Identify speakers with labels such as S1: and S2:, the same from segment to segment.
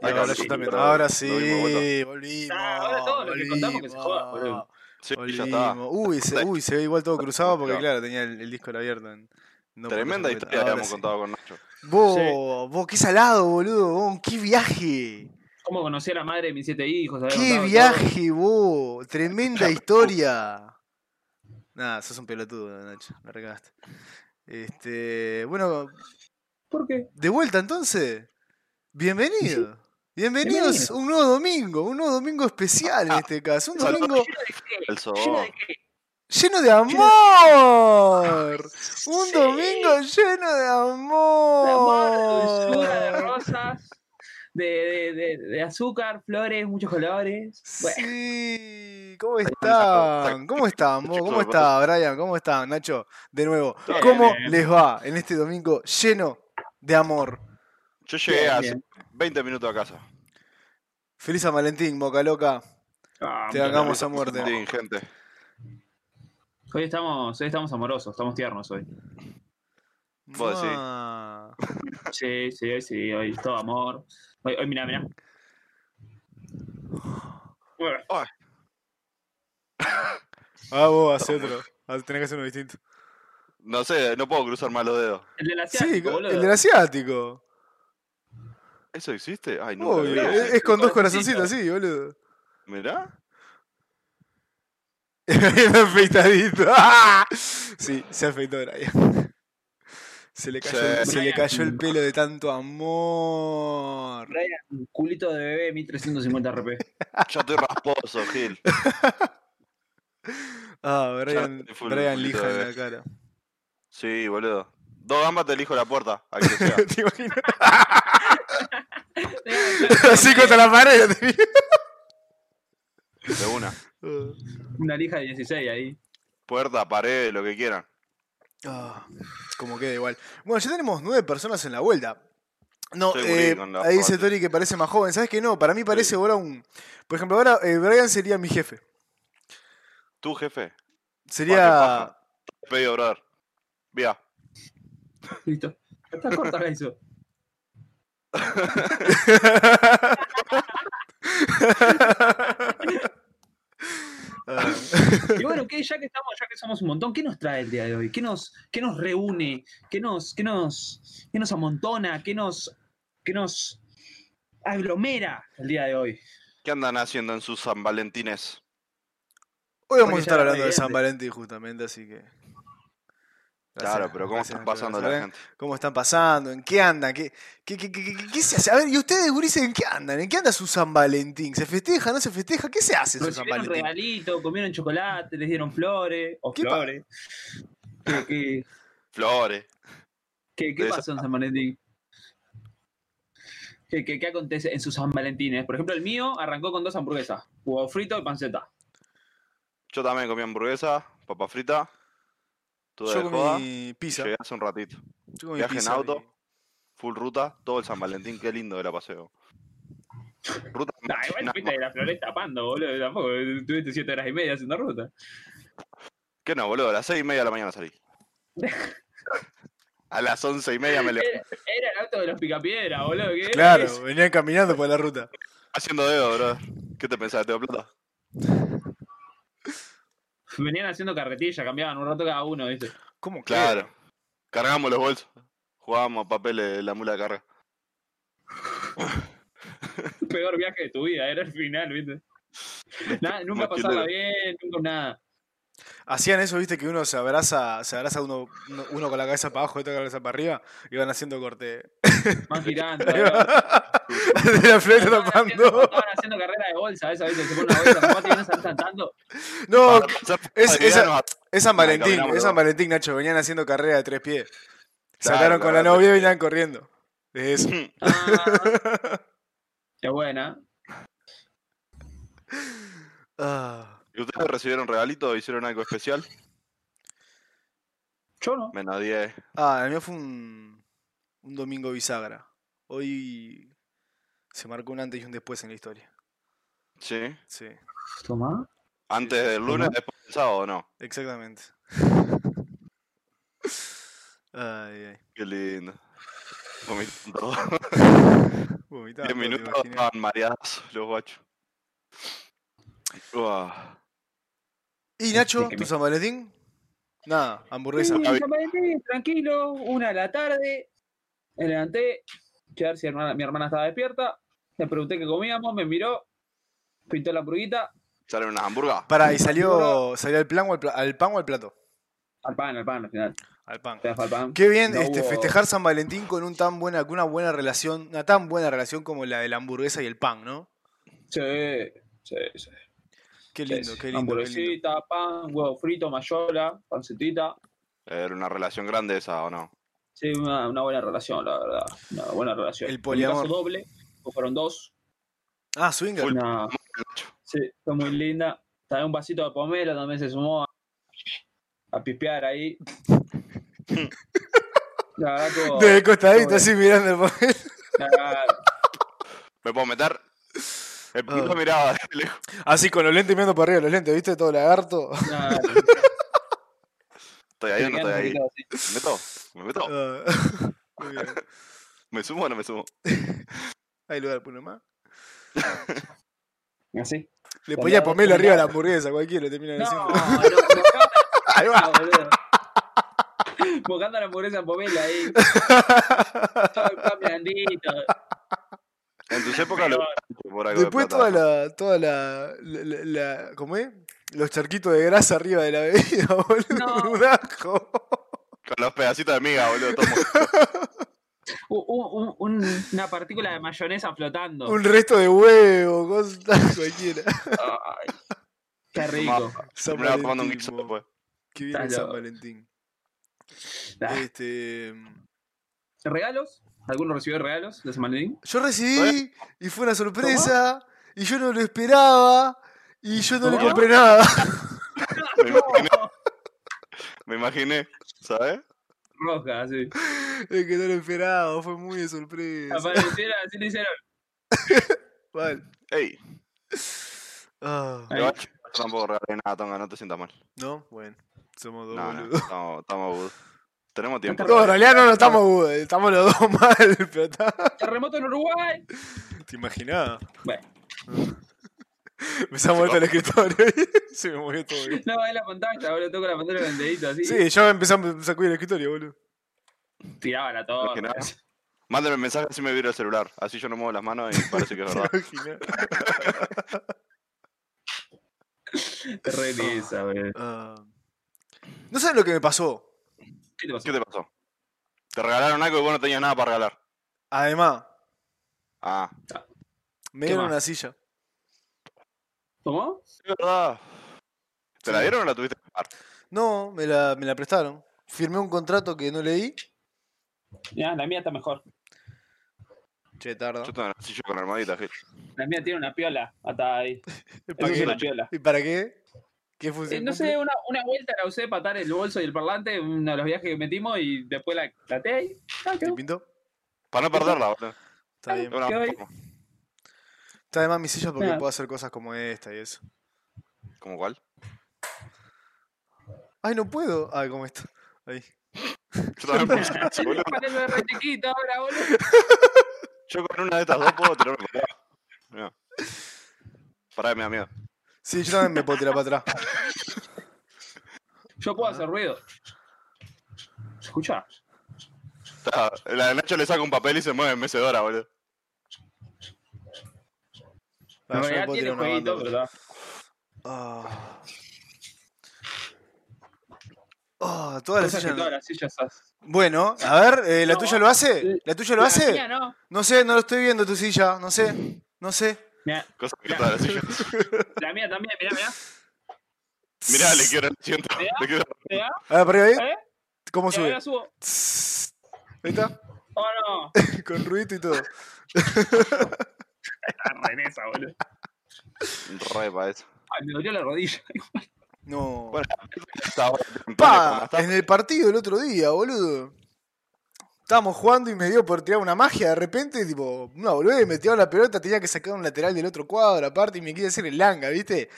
S1: Y ahora yo también. Ahora sí, volvimos.
S2: Ah, ahora todo lo que contamos que se joda,
S1: volvimos.
S2: boludo.
S3: Sí, ya está.
S1: Volvimos. Uy, se, uy, se ve igual todo cruzado porque, claro, tenía el, el disco abierto. En, no por
S3: Tremenda
S1: casualidad.
S3: historia que
S1: Ahora
S3: hemos
S1: sí.
S3: contado con Nacho.
S1: Vos, vos, qué salado, boludo. Vos, qué viaje.
S2: ¿Cómo conocí a la madre de mis siete hijos? había
S1: Qué
S2: contado todo.
S1: viaje, vos. Tremenda historia. Nah, sos un pelotudo, Nacho. La regaste. Este, bueno,
S2: ¿Por qué?
S1: De vuelta entonces. Bienvenido. Bienvenidos
S2: Bienvenido. Ah,
S1: a un nuevo domingo, un nuevo domingo especial en este caso, un
S3: Salud.
S1: domingo
S3: El so-
S2: ¿Lleno de qué?
S1: lleno de amor. Un domingo lleno de
S2: De
S1: ¡Oh!
S2: amor, de dulzura, de
S1: amor.
S2: rosas, de, de, de, de azúcar, flores, muchos colores. Bueno,
S1: Sí. ¿Cómo están? ¿Cómo están? vos? ¿Cómo está Brian? ¿Cómo están, Nacho? De nuevo,
S2: Bien,
S1: ¿cómo
S2: bien.
S1: les va en este domingo lleno de amor?
S3: Yo llegué
S2: Bien,
S3: hace
S2: bien.
S3: 20 minutos a casa.
S1: Feliz San Valentín, Boca Loca.
S2: ah,
S1: Te hagamos a muerte.
S3: Sí, gente.
S2: hoy, estamos, hoy estamos amorosos, estamos tiernos hoy.
S3: Vos decís.
S1: Ah.
S2: Sí, sí, hoy sí, hoy todo amor. Hoy, hoy mirá, mirá. Bueno,
S1: Ah, vos hace otro. Ah, Tenés que hacer uno distinto.
S3: No sé, no puedo cruzar más los dedos.
S2: El del
S1: Sí,
S2: asiático,
S1: co-
S2: boludo.
S1: el del asiático.
S3: ¿Eso existe? Ay, no.
S1: Obvio. eh,
S2: vi.
S1: Es, es con dos
S2: Corazoncito.
S1: corazoncitos, sí, boludo.
S3: Mirá.
S1: Bien afeitadito. ¡Ah! Sí, se afeitó Brian. Se le, cayó, el-
S3: Sí.
S1: se le
S2: Brian.
S1: cayó el pelo de tanto amor.
S2: Brian, culito de bebé, 1350 RP.
S3: Ya estoy rasposo, Gil.
S1: Ah, Brian,
S3: estoy full
S1: Brian
S3: culito
S1: lija
S3: de
S1: en la
S3: bebé.
S1: cara.
S3: Sí, boludo. Dos gambas te elijo la puerta. al que sea.
S1: ¿Te imaginas? Así contra la pared.
S3: De una.
S2: Una lija de 16 ahí.
S3: Puerta, pared, lo que quieran.
S1: Ah, como queda igual. Bueno, ya tenemos nueve personas en la vuelta. No,
S3: Estoy gurí
S1: eh,
S3: con la
S1: ahí dice
S3: parte.
S1: Tori que parece más joven. ¿Sabes qué? No, para mí parece ahora un. Por ejemplo, ahora eh, Brian sería mi jefe.
S3: Tú, jefe.
S1: Sería.
S3: paja. Pedido, brother. Vía.
S2: Listo. Está corta la hizo.
S1: Ah,
S2: Y bueno, ¿qué? ya que estamos, ya que somos un montón, ¿qué nos trae el día de hoy? ¿Qué nos, qué nos reúne? ¿Qué nos, qué nos, qué nos amontona? ¿Qué nos, qué nos aglomera el día de hoy?
S3: ¿Qué andan haciendo en sus San Valentines?
S1: Hoy vamos
S2: ya
S1: a estar
S2: era
S1: hablando de
S2: mediante.
S1: San Valentín, justamente, así que. Gracias,
S3: Claro, pero ¿cómo
S1: gracias,
S3: están
S1: Nacho,
S3: pasando
S1: gracias, eh.
S3: la
S1: Brian.
S3: gente?
S1: ¿Cómo están pasando? ¿En qué andan? ¿Qué, qué, qué- qué- qué- qué se hace? A ver, ¿y ustedes, gurises, en qué andan? ¿En qué anda su San Valentín? ¿Se festeja? ¿No se festeja? ¿Qué se hace su San
S2: Recibieron
S1: Valentín?
S2: regalito, comieron chocolate, les dieron flores, o
S1: ¿Qué pa-
S2: flores. ¿Qué, qué,
S3: Flores.
S2: qué- qué
S3: De
S2: pasó en San Valentín? ¿Qué, qué, qué acontece en sus San Valentines? Por ejemplo, el mío arrancó con dos hamburguesas, huevo frito y panceta.
S3: Yo también comí hamburguesa, papa frita. Estuve
S1: Yo
S3: de joda.
S1: comí pizza.
S3: Llegué hace un ratito.
S1: Yo comí
S3: viaje en
S1: pizza. eh,
S3: auto.
S1: y-
S3: Full ruta, todo el San Valentín, qué lindo era paseo. Ruta
S2: Nah, Ah, igual
S3: Machina-
S2: fuiste de la flores tapando, boludo. Tampoco eh, tuviste siete horas y media haciendo ruta.
S3: ¿Qué no, boludo? A las seis y media de la mañana salí. A las once y media me levanté
S2: Era, era el auto de los picapiedras, boludo. ¿qué era
S1: Claro,
S2: eso?
S1: venían caminando por la ruta.
S3: haciendo dedo, bro. ¿Qué te pensás? ¿Tengo plata?
S2: Venían haciendo carretilla, cambiaban un rato cada uno, ¿viste?
S1: ¿Cómo? que?
S3: Claro. Cargamos los bolsos. Jugábamos a papeles de la mula de carga.
S2: Peor viaje de tu vida, era el final, ¿viste? Nada, nunca
S3: mochilero.
S2: pasaba bien, nunca nada.
S1: Hacían eso, viste, que uno se abraza, se abraza uno, uno, uno con la cabeza para abajo y otra con la cabeza para arriba, y van haciendo corte.
S2: Más girando.
S1: de
S2: ¿verdad?
S1: la flor
S2: Estaban haciendo,
S1: tapando.
S2: estaban haciendo carrera de bolsa, esa, ¿viste? Se pone una bolsa, zapato y van a salir saltando.
S1: No,
S3: Para pasar por
S1: es-
S3: la vida
S1: esa-
S3: nos
S1: es San
S3: Nah,
S1: Valentín,
S3: caminamos
S1: es
S3: los
S1: San
S3: dos.
S1: Valentín, Nacho. Venían haciendo carrera de tres pies.
S3: Claro,
S1: Sacaron con la
S3: claro,
S1: novia y venían corriendo. Es eso.
S3: at-
S2: Ah, qué buena.
S1: Ah.
S3: ¿Y ustedes recibieron regalito o hicieron algo especial?
S2: Yo no.
S3: Menos 10.
S1: Ah, el mío fue un, un domingo bisagra. Hoy se marcó un antes y un después en la historia.
S3: ¿Sí?
S1: Sí,
S2: Tomá.
S3: Antes del lunes, después del sábado, ¿no?
S1: exactamente. Ay, ay.
S3: Qué lindo. Comí tanto.
S1: Vomitando,
S3: Diez
S1: te
S3: minutos ah,
S1: imaginé.
S3: estaban mareados los guachos. Uah.
S1: ¿Y Nacho,
S2: que
S1: tu
S2: me-
S1: San Valentín? Nada, hamburguesa.
S2: Sí,
S3: Esa.
S2: San Valentín, eh, tranquilo, una de la tarde. Me levanté, fui a ver si hermana- mi hermana estaba despierta. Le pregunté qué comíamos, me miró, pintó la pruguita,
S3: ¿Salen unas hamburgas?
S1: Pará, ¿y salió, salió al, plan o al, pla- al pan o al plato?
S2: al pan, al pan al final.
S1: Al pan.
S2: Te das al pan.
S1: Qué bien
S2: No
S1: este,
S2: hubo-
S1: festejar San Valentín con un tan buena, con una buena relación, una tan buena relación como la de la hamburguesa y el pan, ¿no?
S2: Sí, sí, sí.
S1: Qué
S2: sí,
S1: lindo,
S2: sí.
S1: qué lindo. Qué lindo.
S2: Hamburguesita, pan, huevo frito, mayola, pancetita.
S3: Era una relación grande esa, ¿o no?
S2: Sí, una, una buena relación, la verdad. Una buena relación.
S1: El
S2: En mi
S1: poliamor.
S2: caso doble, pues fueron dos.
S1: Ah, swinger.
S3: Full.
S2: Una-
S3: Nacho.
S2: sí, fue muy linda. También un vasito de pomelo también se sumó a, a pispear ahí. La verdad que hubo-
S1: De costadito,
S2: Pobre.
S1: así mirando el papel.
S2: la-
S3: ¿Me puedo meter? El puto
S1: Ah.
S3: miraba de lejos.
S1: Así con los lentes mirando para arriba, los lentes, ¿viste? Todo lagarto.
S2: la-
S3: ¿Estoy ahí o no
S2: quedan
S3: estoy ahí?
S2: poquitos
S3: ¿Me
S2: así.
S3: meto? ¿Me meto?
S1: Ah, muy bien.
S3: ¿Me sumo o no me sumo?
S1: Hay lugar para uno más.
S2: Así.
S1: Le
S2: Cuando
S1: ponía
S2: hago
S1: pomelo
S2: un
S1: arriba a la
S2: lado.
S1: hamburguesa, cualquiera termina
S2: ¿Ah, No, no,
S1: diciendo.
S2: no,
S1: Ahí va.
S2: boludo. Buscando la hamburguesa en pomelo ahí. Todo el pan blandito.
S3: En tus épocas lo por algo de
S1: Después toda
S3: plata, ¿no?
S1: la, toda la, la, la- la- ¿cómo es? Los charquitos de grasa arriba de la bebida, boludo.
S2: No.
S1: un asco.
S3: Con los pedacitos de miga, boludo. tomo.
S2: U- u- un- un- una partícula de mayonesa flotando.
S1: Un resto de huevo, cosas cualquiera.
S2: Ay, qué rico.
S1: San
S3: Me estaba tomando un
S1: Valentín,
S3: guiso
S1: mo.
S3: después.
S1: Qué bien el
S2: Está
S1: San
S2: loco.
S1: Valentín.
S2: Ah,
S1: Este,
S2: ¿Regalos? ¿Alguno recibió regalos de San Valentín?
S1: yo recibí y fue una sorpresa y yo no lo esperaba y yo no le
S2: ¿Tomá?
S1: compré nada.
S3: Me imaginé, me imaginé, ¿sabes?
S2: Roja, así.
S1: Es que no lo esperaba, fue muy de
S2: Ah,
S1: sorpresa.
S2: Apareciera, así le hicieron.
S1: Vale.
S3: Ey,
S1: Ah,
S2: Ahí.
S3: yo tampoco regalé nada, Tonga, no te sientas mal.
S1: no, bueno, somos dos
S3: No, no,
S1: boludos.
S3: estamos, estamos agudos. Tenemos tiempo.
S1: No, en realidad no, no estamos agudos, estamos los dos mal, pero está.
S2: Terremoto en Uruguay.
S1: ¿Te imaginás?
S2: Bueno,
S1: Me se ha muerto el escritorio y se me movió todo. bien.
S2: no, es la pantalla, boludo. Toco la pantalla con el dedito así.
S1: Sí, yo empecé a sacudir el escritorio, boludo.
S2: Tiraba la torre.
S3: Imagina. Mándame mensaje así me vibra el celular. Así yo no muevo las manos y parece que es verdad.
S1: ¿Te imaginás?
S2: Te re lisa, boludo.
S1: Ah. No saben lo que me pasó.
S2: ¿Qué te pasó?
S3: ¿Qué te pasó? Te regalaron algo y vos no tenías nada para regalar.
S1: Además,
S3: Ah,
S1: me
S2: ¿Qué
S1: dieron
S2: más?
S1: una silla.
S2: ¿Cómo?
S3: es verdad. ¿Te la
S1: Sí.
S3: dieron o la tuviste que pagar?
S1: No, me la, me la prestaron. Firmé un contrato que no leí.
S2: Ya, la mía está mejor.
S1: Che, tarda.
S3: Yo tengo la silla con armadita, Gil.
S2: La mía tiene una piola. Hasta ahí.
S1: ¿Y
S2: Eso
S1: para
S2: es
S1: qué?
S2: una piola.
S1: ¿Y para qué? ¿Qué
S2: Eh,
S1: función?
S2: no
S1: cumple?
S2: sé, una, una vuelta la usé para atar el bolso y el parlante en uno de los viajes que metimos y después la la até ahí. Ah,
S1: ¿Te
S2: quedó.
S1: pintó?
S3: Para no perderla, boludo.
S1: Está
S2: Ay.
S1: bien.
S3: De una
S2: ¿Qué hoy?
S3: forma.
S1: Está de más mi silla porque
S2: Nada.
S1: puedo hacer cosas como esta y eso.
S3: ¿Cómo cuál?
S1: Ay, no puedo. Ah, como esto. Ahí.
S3: Yo también puse eso, boludo.
S2: Panelo es re chiquito ahora, boludo.
S3: Yo con una de estas dos puedo tirarme para atrás. Mira. Pará, me da miedo.
S1: Sí, yo también me puedo tirar para atrás.
S2: Yo puedo
S1: Ah.
S2: hacer ruido. ¿Se escucha?
S3: Está- La de Nacho le saca un papel y se mueve en mecedora, boludo.
S1: Ah,
S2: en
S1: yo me
S2: realidad
S1: puedo
S2: tiene
S1: tirar una
S2: jueguito,
S1: banda.
S2: ¿verdad?
S1: Ah. Ah, toda la
S2: Cosas que
S1: silla.
S2: todas las sillas hacen.
S1: Bueno, a ver, eh, ¿la
S2: No,
S1: tuya lo hace?
S2: eh,
S1: ¿La tuya lo
S2: La
S1: hace?
S2: mía no.
S1: No sé, no lo estoy viendo tu silla, no sé, no sé.
S2: Mirá,
S3: Cosa que
S2: Ya.
S3: está la silla.
S2: la mía también, mirá, mirá.
S3: Mirá, le quiero el asiento.
S2: Mirá.
S3: Le quiero-
S2: Mirá,
S1: A ver, para arriba ahí,
S2: ¿eh?
S1: ¿cómo
S2: Y
S1: sube?
S2: ahora subo.
S1: Tss. Ahí está,
S2: Oh, no.
S1: con ruido y todo.
S2: Está re en esa, boludo.
S3: Re pa' eso.
S2: Ay, me dolió la rodilla.
S1: No.
S3: Bueno, Esta hora de temprano,
S1: Pa,
S3: como
S1: en el partido el otro día, boludo. Estábamos jugando y me dio por tirar una magia de repente, tipo, no, boludo, me tiraba la pelota, tenía que sacar un lateral del otro cuadro aparte y me quise hacer el langa, ¿viste?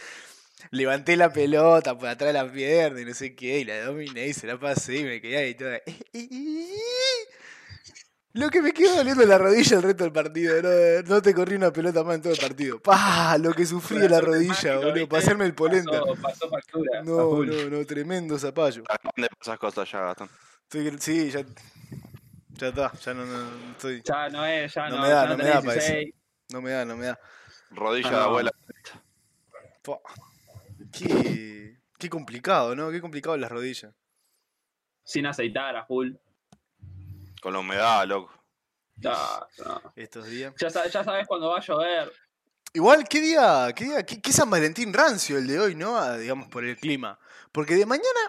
S1: Levanté la pelota por atrás de la pierna y Eh, no sé qué, y la dominé y se la pasé y me quedé ahí toda. eh. Lo que me quedó doliendo la rodilla el resto del partido, no, no te corrí una pelota más en todo el partido. ¡Pah! Lo que sufrí en la
S2: Corazón
S1: rodilla,
S2: temático,
S1: boludo,
S2: ¿viste?
S1: para hacerme el polenta.
S2: Pasó, pasó factura. a
S1: No,
S2: full.
S1: no, no, tremendo zapallo.
S3: Gastón, de esas cosas ya, Gastón.
S1: Estoy- sí, ya. Ya está, ya no, no- no estoy.
S2: Ya no es, ya
S1: No
S2: no,
S1: me da,
S2: ya
S1: no me
S2: tenés
S1: da para eso.
S2: 16.
S1: No me da, no me da.
S3: Rodilla
S2: Ah,
S3: de
S2: no.
S3: abuela.
S1: Po. Qué, qué complicado, ¿no? Qué complicado las rodillas.
S2: Sin aceitar a full.
S3: Con la humedad, loco.
S2: Ya, ya.
S1: Estos días.
S2: Ya sa- ya sabes cuando va a llover.
S1: Igual, ¿qué día? ¿Qué día? ¿Qué, qué San Valentín rancio el de hoy, no? Ah, digamos, por el clima. Porque de mañana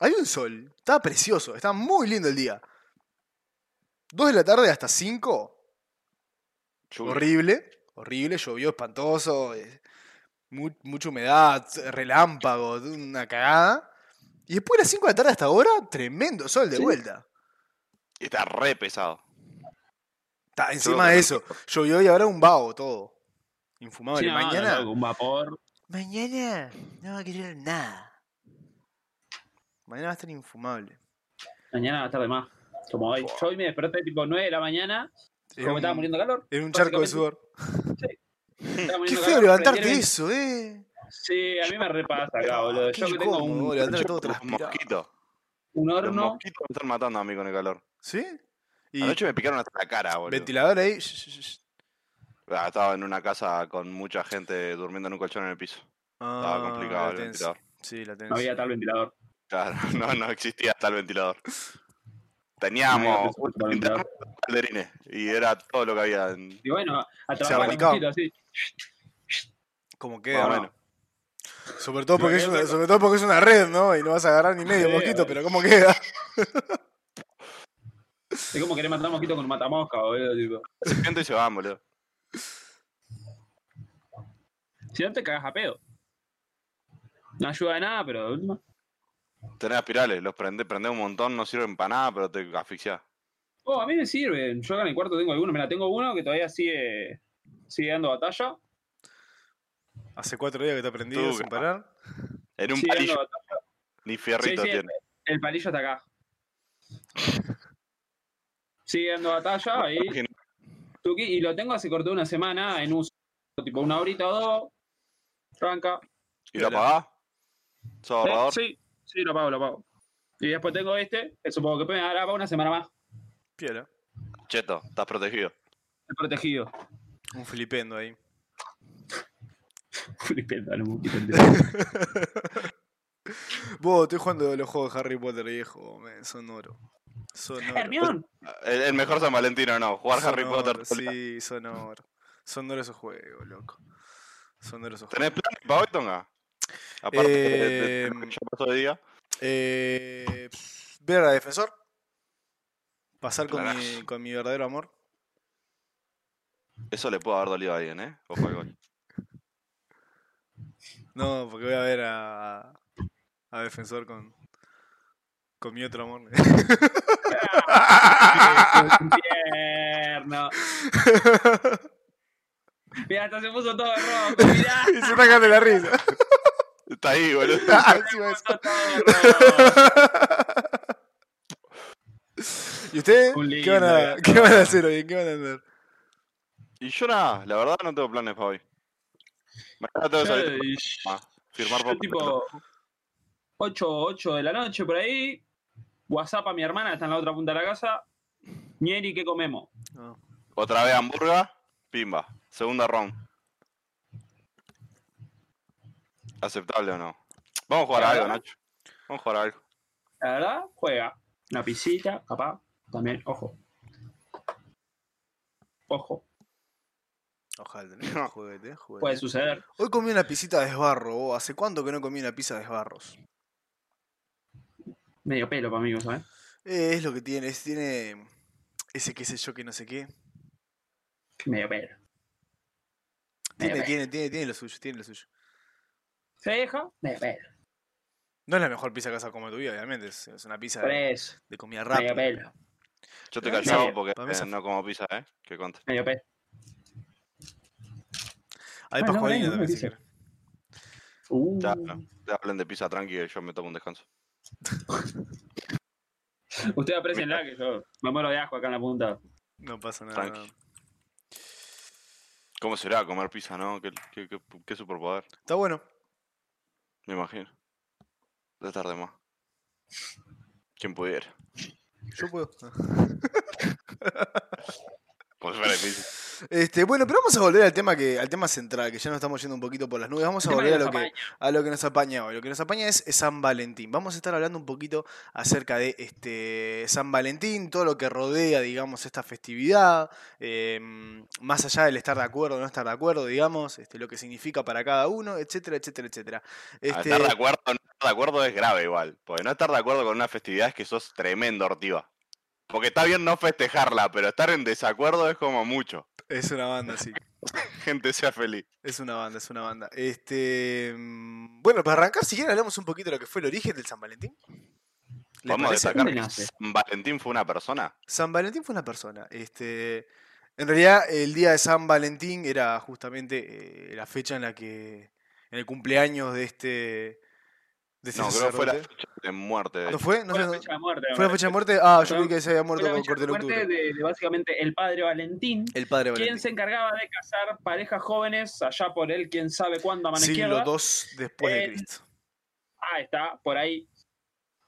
S1: hay un sol. Está precioso. Está muy lindo el día. Dos de la tarde hasta cinco.
S3: Chulo.
S1: Horrible. Horrible. Llovió espantoso. eh, mu- mucha humedad. Relámpago. Una cagada. Y después de las cinco de la tarde hasta ahora, tremendo sol de
S2: Sí.
S1: vuelta.
S3: Y está re pesado.
S1: Está encima de eso. Llovió y ahora un vago todo. Infumable.
S2: Sí, no, no,
S1: mañana.
S2: loco, un vapor.
S1: Mañana no va a querer nada. Mañana va a estar infumable.
S2: Mañana va a estar de más. Como hoy. Yo hoy me desperté tipo 9 de la mañana.
S1: En
S2: Como estaba
S1: un,
S2: muriendo calor.
S1: en un charco de
S2: básicamente.
S1: sudor.
S2: estaba
S1: Qué
S2: muriendo
S1: feo
S2: calor,
S1: levantarte
S2: prendieron-
S1: eso, eh.
S2: Sí, a mí me repasa acá, boludo.
S1: Ah, Qué
S2: Yo que tengo
S1: incómodo,
S2: un,
S1: levantar todo
S3: Los
S1: transpirado.
S3: mosquitos.
S2: un
S3: Los
S2: horno.
S3: mosquitos me están matando a mí con el calor.
S1: ¿Sí? Y
S3: Anoche me picaron hasta la cara, boludo.
S1: ventilador ahí. sh- sh- sh-
S3: Ah, estaba en una casa con mucha gente durmiendo en un colchón en el piso. Estaba
S1: Ah,
S3: complicado
S1: la
S3: el
S1: tenés.
S3: ventilador.
S1: Sí, la tenés.
S2: No había tal ventilador.
S3: Claro, no, no existía hasta el ventilador.
S2: No había
S3: Teníamos
S2: presupuesto para
S3: un
S2: el
S3: interno
S2: ventilador.
S3: y calderines y era todo lo que había. En...
S2: Y bueno, atrapaba el
S1: arrancaba.
S2: mosquito así.
S1: Como
S3: Más
S1: queda.
S3: o
S2: no.
S3: menos.
S1: Sobre, todo porque
S2: Lo
S1: es
S2: que
S1: una,
S2: es-
S1: sobre todo porque es una red, ¿no? Y no vas a agarrar ni medio
S2: Sí,
S1: mosquito,
S2: boludo.
S1: pero ¿cómo queda?
S2: Es como querer matar a un mosquito con un matamosca, boludo. tipo.
S3: Se siente y se van, boludo.
S2: Si no te cagas a pedo. No ayuda de nada, pero de última.
S3: Tenés aspirales, los prendés, prendés un montón, no sirven para nada, pero te asfixiás.
S2: Oh, a mí me sirve. Yo acá en el cuarto tengo alguno. Mira, tengo uno que todavía sigue, sigue dando batalla.
S1: Hace cuatro días que está prendido
S3: Tú,
S1: sin
S3: capaz.
S1: parar.
S3: En un
S2: Sigue dando
S3: palillo,
S2: batalla.
S3: ni fierrito
S2: Sí, sí,
S3: tiene.
S2: El palillo está acá. Sigue dando batalla ahí. Tuki, y lo tengo hace corto una semana en uso. Tipo una horita o dos. Arranca.
S3: ¿Y lo apagás? ¿Sos ahorrador?
S2: ¿Eh? Sí, sí, lo pago, lo pago. Y después tengo este, que supongo que me dará para una semana más.
S1: Piola.
S3: Cheto, estás protegido.
S2: El protegido.
S1: Un flipendo ahí.
S2: Flipendo, no, mosquito.
S1: Vos, estoy jugando los juegos de Harry Potter viejo, man, son oro. Son oro.
S2: Hermión.
S3: El, el mejor San Valentino, no. Jugar
S1: Son
S3: Harry
S1: oro,
S3: Potter. todo el día.
S1: Sí, son oro. Son oro esos juegos, loco. Son oro esos juegos.
S3: ¿Tenés planes para hoy, Tonga? Aparte de-
S2: Eh,
S3: de lo que
S1: Em,
S3: ya pasó hoy día.
S1: Eh, pff, ver a Defensor. Pasar con mi,
S3: Planazo.
S1: con mi verdadero amor.
S3: Eso le puede haber dolido a alguien, ¿eh? Ojo al gol.
S1: No, porque voy a ver a, a Defensor con, con mi otro amor.
S2: Tierno. Mira, hasta se puso todo rojo. Mirá,
S1: y se sacan de la risa. pues.
S3: Está ahí, boludo.
S1: Encima de
S2: se
S1: eso.
S2: puso todo rojo.
S1: ¿Y ustedes?
S2: Un
S1: ¿Qué van, a,
S2: lindo
S1: ¿Qué van a hacer hoy? ¿Qué van a hacer?
S3: Y yo nada, la verdad no tengo planes para hoy. Mañana tengo que salir
S2: Yo-
S3: a firmar
S2: yo
S3: por
S2: tipo 8, 8 de la noche por ahí. WhatsApp a mi hermana, está en la otra punta de la casa. Nieri, ¿qué comemos?
S3: Otra vez hamburga, pimba. Segunda round. ¿Aceptable o no? Vamos a jugar a algo,
S2: Claro.
S3: Nacho. Vamos a jugar a algo.
S2: La verdad, juega. Una pisita, capaz. También, ojo. Ojo,
S1: Ojalá, ¿no? juguete, juguete.
S2: puede suceder.
S1: Hoy comí una pisita de esbarro, vos. ¿Hace cuánto que no comí una pizza de esbarros?
S2: Medio pelo para mí, ¿sabes?
S1: Eh, es lo que tiene, es- tiene ese qué sé yo que no sé qué.
S2: Medio pelo. Medio
S1: Tiene,
S2: pelo.
S1: tiene, tiene, tiene lo suyo, tiene lo suyo.
S2: Se deja, medio pelo.
S1: No es la mejor pizza que has comido en tu vida, obviamente. Es, es una pizza de,
S2: Tres,
S1: de comida
S2: medio
S1: rápida.
S2: pelo.
S3: Yo te
S2: Para mí
S3: callado
S2: se-
S3: porque
S1: para mí
S3: eh,
S1: se-
S3: no como pizza, ¿eh? Que conte.
S2: Medio pelo.
S1: Hay
S2: Ah, no,
S1: pascualina
S2: bueno, Uh.
S1: también, si
S2: pizza.
S1: querés.
S2: Uh.
S1: Mm.
S3: Ya, no. Ya hablen de pizza tranqui que yo me tomo un descanso.
S2: Ustedes aprecienla que yo me muero de asco acá en la punta.
S1: No pasa nada.
S3: Tranqui. ¿Cómo será comer pizza, no? ¿Qué, qué, qué, qué superpoder?
S1: Está bueno.
S3: Me imagino. De tarde más. Quien pudiera.
S1: Yo puedo.
S3: Como si fuera difícil.
S1: Este, bueno, pero vamos a volver al tema que, al tema central, que ya nos estamos yendo un poquito por las nubes. Vamos a volver a lo que, a lo que nos apaña hoy. Lo que nos apaña es San Valentín. Vamos a estar hablando un poquito acerca de este San Valentín, todo lo que rodea, digamos, esta festividad, eh, más allá del estar de acuerdo o no estar de acuerdo, digamos, este, lo que significa para cada uno, etcétera, etcétera, etcétera.
S3: Ah,
S1: Este,
S3: Estar de acuerdo o no estar de acuerdo es grave igual. Porque no estar de acuerdo con una festividad es que sos tremendo ortiva. Porque está bien no festejarla, pero estar en desacuerdo es como mucho.
S1: es una banda, sí.
S3: Gente sea feliz.
S1: Es una banda, es una banda. Este, mm, bueno, para arrancar, si quieren, hablamos un poquito de lo que fue el origen del San Valentín. ¿Les
S3: Vamos a
S1: parece?
S3: destacar que
S2: Nace.
S3: San Valentín fue una persona.
S1: San Valentín fue una persona. Este, en realidad, el día de San Valentín era justamente eh, la fecha en la que. en el cumpleaños de este. de este
S3: No, creo que fue la
S1: sacerdote.
S3: fecha de muerte. de
S1: ¿No
S3: hecho.
S1: fue? No
S2: Fue la
S1: sé,
S2: fecha de muerte. me
S1: ¿Fue la
S2: parece.
S1: fecha de muerte? Ah, yo
S2: Fue-
S1: vi que se había
S2: Fue
S1: muerto
S2: la
S1: con
S2: fecha
S1: corte
S2: de
S1: de
S2: muerte
S1: octubre.
S2: de, de básicamente el padre Valentín,
S1: El padre
S2: quien
S1: Valentín.
S2: se encargaba de casar parejas jóvenes allá por él, quién sabe cuándo, a mano
S1: Siglo
S2: izquierda. Eh,
S1: II después de
S2: en-
S1: Cristo.
S2: Ah, está, por ahí.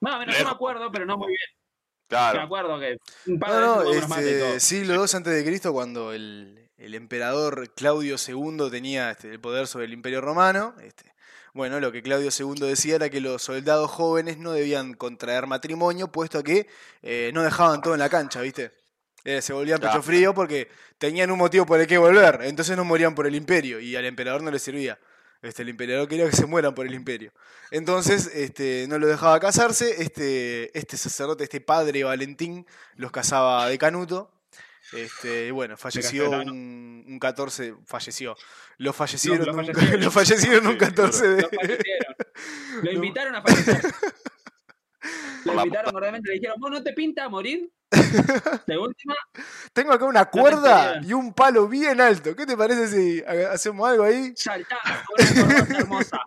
S2: Más o menos, yo
S3: Lejos.
S2: me acuerdo, pero no muy bien. Me
S3: Claro.
S2: acuerdo que un padre
S1: No, no,
S2: estuvo con los mates y todo.
S1: este, siglo II antes de Cristo, cuando el, el emperador Claudio II tenía este, el poder sobre el imperio romano, este, bueno, lo que Claudio II decía era que los soldados jóvenes no debían contraer matrimonio, puesto que eh, no dejaban todo en la cancha, ¿viste? Eh, se volvían pecho
S3: Claro.
S1: frío porque tenían un motivo por el que volver, entonces no morían por el imperio y al emperador no le servía. Este, el emperador quería que se mueran por el imperio. Entonces, este, no lo dejaba casarse. Este, este sacerdote, este padre Valentín, los casaba de canuto. Este, y bueno, falleció
S2: Castellano.
S1: un, un 14, falleció. Lo fallecieron,
S2: lo
S1: un-
S2: fallecieron.
S1: lo fallecieron un
S3: Sí,
S1: 14
S2: Lo
S1: de...
S2: fallecieron. Lo
S1: No.
S2: invitaron a fallecer. Lo
S3: Por la
S2: invitaron realmente, le dijeron, vos no te pinta morir. De última,
S1: Tengo acá una cuerda
S2: quería.
S1: y un palo bien alto. ¿Qué te parece si ha- hacemos algo ahí?
S2: saltá con una corbata hermosa.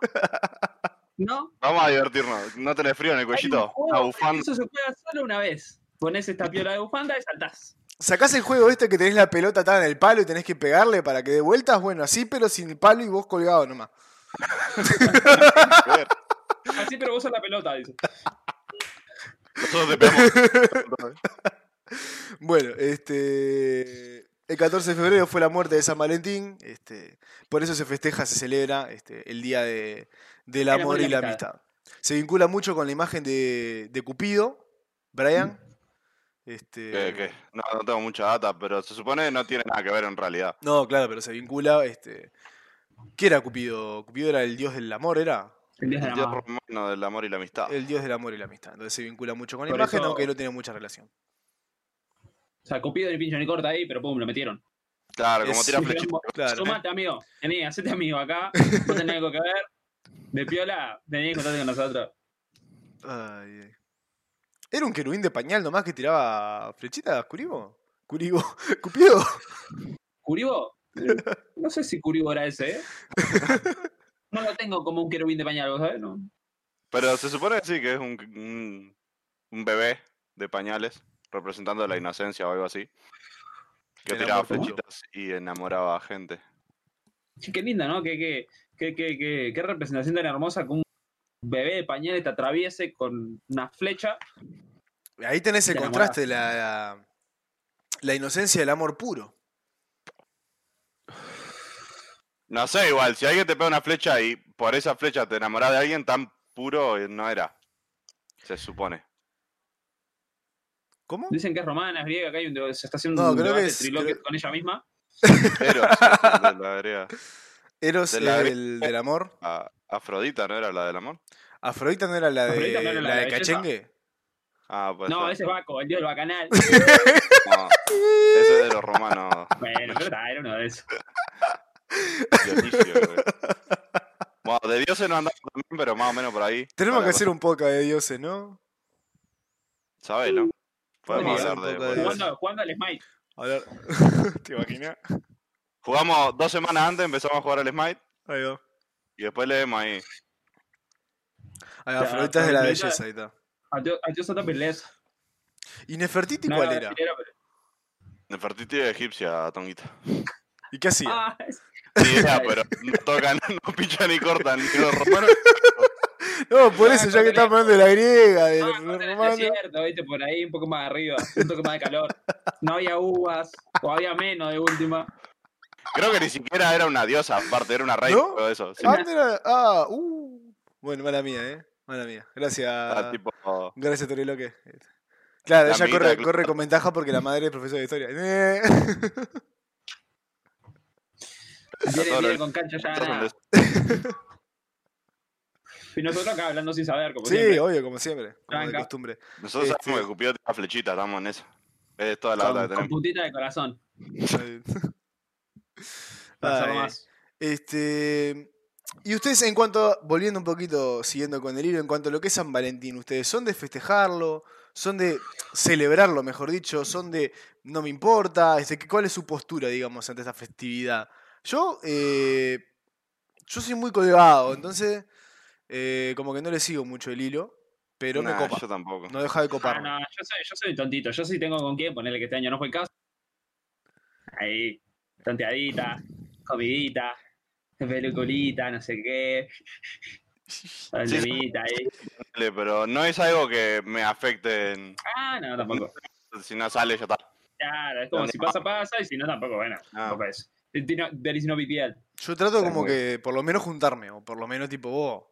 S2: ¿No?
S3: Vamos a divertirnos. ¿No tenés frío en el
S2: Hay un
S3: cuellito?
S2: juego
S3: Una
S2: que
S3: bufanda.
S2: Eso se juega solo una vez. Ponés esta piola de bufanda y saltás.
S1: ¿Sacás el juego este que tenés la pelota atada en el palo y tenés que pegarle para que dé vueltas? Bueno, así, pero sin el palo y vos colgado nomás.
S3: a ver.
S2: Así, pero vos sos la pelota, dice.
S3: Nosotros te pegamos.
S1: Bueno, este. El 14 de febrero fue la muerte de San Valentín. Este, por eso se festeja, se celebra este, el Día de, del amor y la amistad. Se vincula mucho con la imagen de, de Cupido, Brian. Este,
S3: Que- que- No, no tengo mucha data, pero se supone que no tiene nada que ver en realidad.
S1: No, claro, pero se vincula. Este, ¿Qué era Cupido? Cupido era el dios del amor, ¿era?
S2: El día de
S3: El
S2: la
S3: dios
S2: madre.
S3: romano del amor y la amistad.
S2: Eh,
S1: El dios del amor y la amistad. Entonces se vincula mucho con la
S2: Por
S1: imagen,
S2: eso-
S1: aunque no tiene mucha relación.
S2: O sea, Cupido ni pincho ni corta ahí, pero pum, lo metieron.
S3: Claro, como
S1: es-
S3: tira
S2: Dijeron,
S3: flechita.
S2: "Vos
S1: Claro. eh.
S2: Sumate, amigo. Vení, hacete amigo acá. No tenés algo que ver. De piola, vení, contate con nosotros.
S1: Ay, ay. Era un querubín de pañal nomás que tiraba flechitas, Curibo. Curibo. Cupido.
S2: ¿Curibo? Eh, No sé si Curibo era ese, ¿eh? No lo tengo como un querubín de pañal, ¿vos ¿sabes? No.
S3: Pero se supone que sí, que es un, un, un bebé de pañales, representando la inocencia o algo así. Que
S1: El
S3: tiraba
S1: amor puro.
S3: flechitas y enamoraba a gente.
S2: Che, qué linda, ¿no? Qué, qué, qué, qué, qué, qué representación tan hermosa que un bebé de pañales te atraviese con una flecha.
S1: Ahí tenés el
S2: Te
S1: contraste de la, la, la inocencia del amor puro.
S3: No sé, igual, si alguien te pega una flecha y por esa flecha te enamorás de alguien, tan puro eh, no era. Se supone.
S1: ¿Cómo?
S2: Dicen que es romana, es griega, que hay un, de- se está haciendo
S1: No,
S2: un
S1: creo que
S2: debate
S1: es-
S2: triloquio
S1: creo-
S2: con ella misma.
S3: Eros, es el de la griega.
S1: Eros
S3: de
S1: era
S3: la-
S1: del, del amor.
S3: A- Afrodita, ¿no era la del amor?
S1: Afrodita no era la de,
S2: Afrodita no era
S1: la
S2: la
S1: de
S2: de belleza.
S1: Cachengue.
S3: Ah, pues.
S2: No, ese es Baco, el dios del bacanal.
S3: ese es de los romanos.
S2: bueno, pero está, era uno de esos.
S3: Dionisio, güey. Bueno, de dioses no andamos también, pero más o menos por ahí.
S1: Tenemos
S3: Para
S1: que hacer un podcast de dioses, ¿no?
S3: ¿Sabés, no? Podemos
S2: Podría.
S3: hablar de.
S1: Un poco de
S3: boludeces.
S2: Jugando, jugando al Smite.
S1: A ver. ¿Te imaginas?
S3: Jugamos dos semanas antes, empezamos a jugar al Smite
S1: Ahí va.
S3: y después leemos ahí.
S1: Ahí va,
S2: Ya,
S1: Afrodita es de la
S2: Afrodita-
S1: belleza, ahí está.
S2: Al dios al dios Santa Peleza.
S1: ¿Y Nefertiti
S2: No,
S1: cuál
S2: no,
S1: era?
S2: chilena, pero-
S3: Nefertiti es egipcia, Tonguita.
S1: ¿Y qué hacía?
S2: Ah,
S3: Sí, era, pero no tocan, no pinchan ni cortan. Ni los romanos.
S1: no, por
S2: ah,
S1: eso, ya que
S2: Cordelia.
S1: estamos hablando de la griega, de
S2: ah,
S1: los
S2: no, tenés
S1: romanos.
S2: desierto, viste, por ahí un poco más arriba, un toque más de calor. No había uvas, o había menos de última.
S3: Creo que ni siquiera era una diosa, aparte, era una reina.
S1: ¿No?
S3: Todo eso. sí.
S1: Ah, mira, ah, uh. Bueno, mala mía, ¿eh? Mala mía. Gracias.
S3: Era Ah, tipo.
S1: Gracias, Toriloque. Claro,
S3: La
S1: ella
S3: amiguita
S1: corre,
S3: de Cla-
S1: corre con ventaja porque la madre es profesora de historia. Eh.
S2: Viene,
S3: Claro,
S2: viene
S3: el-
S2: con cancha ya
S3: son
S2: ganada.
S3: de-
S2: Y nosotros acá hablando sin saber, como
S1: sí,
S2: siempre.
S1: obvio, como siempre, como de
S2: Tranca.
S1: costumbre.
S3: Nosotros
S1: Este-
S3: sabemos que Cupido tiene la flechita, estamos en eso. Es toda la
S2: Con,
S3: data que
S2: con
S3: tenemos.
S2: puntita de corazón. para hacer
S1: Ay,
S2: más.
S1: este, y ustedes, en cuanto, volviendo un poquito, siguiendo con el hilo, en cuanto a lo que es San Valentín, ¿ustedes son de festejarlo? ¿Son de celebrarlo, mejor dicho? ¿Son de no me importa? Este, ¿Cuál es su postura, digamos, ante esta festividad? Yo, eh, yo soy muy colgado, entonces, eh, como que no le sigo mucho el hilo, pero me
S3: Nah,
S1: copa.
S3: Yo tampoco.
S1: No deja de
S2: Ah,
S1: coparme.
S2: no, yo soy, yo soy tontito. Yo sí tengo con quién ponerle que este año no fue el caso. Ahí, tonteadita, comidita, peliculita, no sé qué.
S3: Sí, sí.
S2: Palomita ahí.
S3: Dale, Pero no es algo que me afecte. en-
S2: Ah, no, tampoco.
S3: Si no sale, ya está.
S2: Claro, es como si pasa, pasa, y si no, tampoco, bueno,
S3: Ah.
S2: tampoco es. Dino- There is no big deal.
S1: Yo trato
S3: Está
S1: como
S3: muy
S1: que por lo menos juntarme, o por lo menos tipo vos.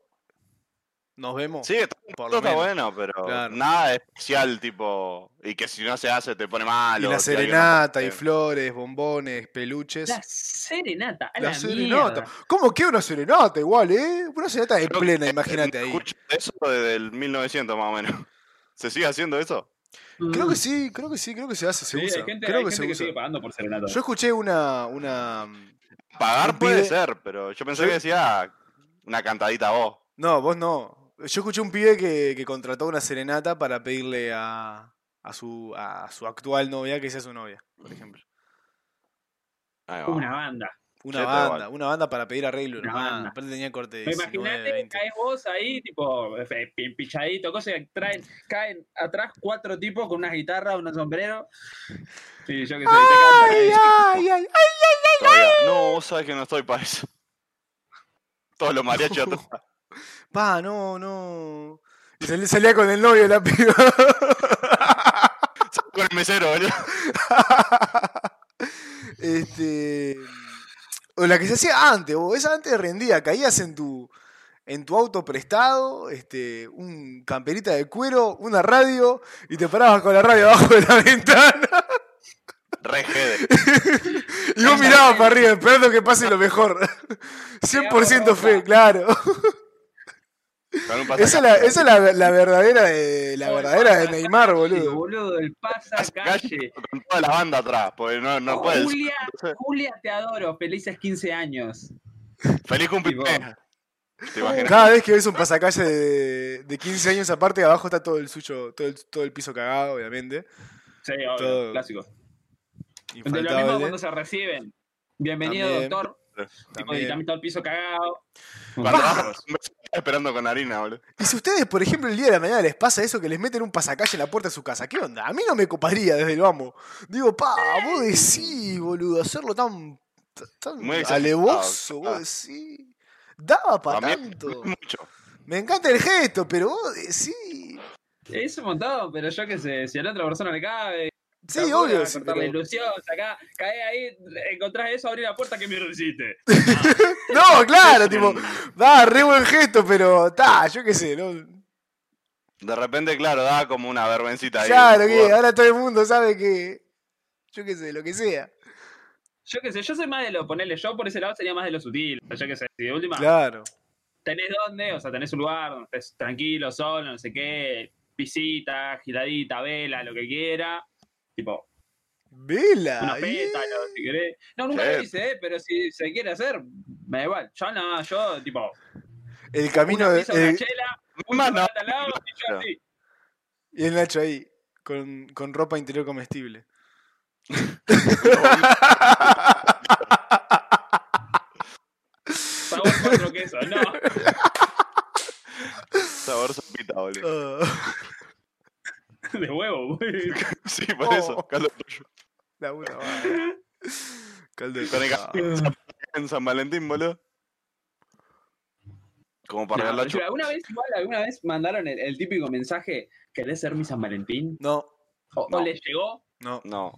S1: nos vemos.
S3: Sí, está,
S1: por
S3: todo
S1: lo
S3: está
S1: menos.
S3: bueno, pero
S1: Claro.
S3: nada especial, tipo. Y que si no se hace, te pone
S2: Ah,
S3: mal.
S1: y
S3: o
S1: la
S3: si alguien no
S1: serenata, y
S3: puede.
S1: flores, bombones, peluches.
S2: La serenata, a
S1: La
S2: la,
S1: serenata.
S2: mierda.
S1: ¿Cómo que una serenata igual, eh? Una serenata en
S3: Creo que
S1: plena, imagínate ahí.
S3: Escucho eso desde el 1900 más o menos. ¿Se sigue haciendo eso?
S1: Creo que
S2: Mm.
S1: sí, creo que sí, creo que se hace, se
S2: Sí,
S1: usa.
S2: Hay gente,
S1: creo
S2: hay
S1: que
S2: gente
S1: se
S2: que
S1: usa.
S2: sigue pagando por serenata.
S1: Yo escuché una, una.
S3: Pagar
S1: Un
S3: puede
S1: pibe-
S3: ser, pero yo pensé
S1: Yo-
S3: que decía una cantadita a vos.
S1: No, vos no. Yo escuché un pibe que, que contrató una serenata para pedirle a, a su, a su actual novia que sea su novia, por ejemplo.
S3: Ahí va.
S2: Una banda.
S1: Una
S3: Sí, pero
S1: banda,
S3: bueno.
S1: una banda para pedir arreglo
S2: Una
S1: nomás.
S2: banda.
S1: Aparte tenía corte de
S2: Pero
S1: 19,
S2: Imagínate que
S1: 20.
S2: caes vos ahí, tipo, fe- pi- pichadito, cosas que traen, caen atrás cuatro tipos con unas guitarras, unos sombreros. Sí, yo que sé, te cantan ahí.
S1: ay, ay! ay.
S3: Todavía- No, vos sabés que no estoy para eso. Todos los mariachis atrás.
S1: Pa, no, no. Y salí- salía con el novio de la piba.
S3: Con el mesero, boludo.
S1: este. O la que se hacía antes, vos. Esa antes rendía. Caías en tu. En tu auto prestado, este, un camperita de cuero, una radio, y te parabas con la radio abajo de la ventana.
S3: Re jede.
S1: Y vos mirabas para arriba, esperando que pase lo mejor. 100% fe, claro.
S3: Con un
S1: Esa es la, esa es la, la verdadera de, la
S2: Oh, el
S1: verdadera de
S2: pasacalle,
S1: Neymar,
S2: Sí,
S1: boludo.
S2: boludo, el pasacalle.
S3: Con toda la banda atrás, porque no, no puedes.
S2: Julia, Julia, te adoro. Felices 15 años.
S3: Feliz cumpleaños. ¿Te imaginas?
S1: Cada vez que ves un pasacalle de, de 15 años aparte, abajo está todo el suyo, todo el, todo el piso cagado, obviamente.
S2: Sí, obvio,
S1: Todo
S2: clásico. De lo mismo
S1: Infaltable.
S2: cuando se reciben. Bienvenido,
S1: También,
S2: doctor. Tipo, y
S1: también.
S2: también todo el piso cagado.
S3: Cuando vas a- me estás esperando con harina, boludo.
S1: Y si ustedes, por ejemplo, el día de la mañana les pasa eso que les meten un pasacalle en la puerta de su casa, ¿qué onda? A mí no me coparía desde el vamos. Digo, pa, vos decís, boludo, hacerlo tan, tan
S3: Muy exagerado,
S1: alevoso,
S3: claro.
S1: vos decís. Daba para
S3: También-
S1: tanto.
S3: Mucho.
S1: Me encanta el gesto, pero vos decís.
S2: Es un montón, pero yo que sé, si a la otra persona le cabe.
S1: Sí,
S2: Capaz que
S1: obvio.
S2: vas a
S1: sí,
S2: cortar la
S1: pero-
S2: ilusión, sacá, cae ahí, encontrás eso, abrí la puerta, ¿qué mierda hiciste?
S1: No, claro,
S3: Es
S1: tipo,
S3: un-
S1: da, re buen gesto, pero ta, yo qué sé, ¿no?
S3: De repente, claro, da como una verbencita ahí.
S1: Claro
S3: Jugar.
S1: que ahora todo el mundo sabe que. Yo qué sé, lo que sea.
S2: Yo qué sé, yo soy más de lo ponerle yo por ese lado sería más de lo sutil. Yo qué sé, si de última,
S1: Claro.
S2: tenés dónde, o sea, tenés un lugar donde estés tranquilo, solo, no sé qué, pisita, giradita, vela, lo que quiera. Tipo,
S1: Vela.
S2: unos
S1: yeah.
S2: pétalos, si querés. No, nunca lo
S3: Che.
S2: hice, eh, pero si se quiere hacer, me da igual. Yo no, yo, tipo,
S1: El camino
S2: una
S1: de. eh,
S2: pizza, una
S1: el-
S2: chela, un
S3: Más no.
S2: chocolate al lado, y yo así.
S1: y el Nacho ahí, con, con ropa interior comestible.
S2: Sabor cuatro quesos, no.
S3: Sabor sopita, boludo.
S1: Ah.
S2: de huevo. güey.
S3: Sí, por
S1: Oh.
S3: eso. Caldo de pollo.
S1: La puta madre. Caldo de
S3: Con el
S1: pescado.
S3: café en San- en San Valentín, boludo. Como para
S2: No,
S3: regalar
S2: pero
S3: chupar.
S2: alguna vez, igual, alguna vez mandaron el, el típico mensaje, ¿querés ser mi San Valentín?
S1: No,
S2: O, o
S3: No.
S2: le llegó,
S1: no,
S3: No.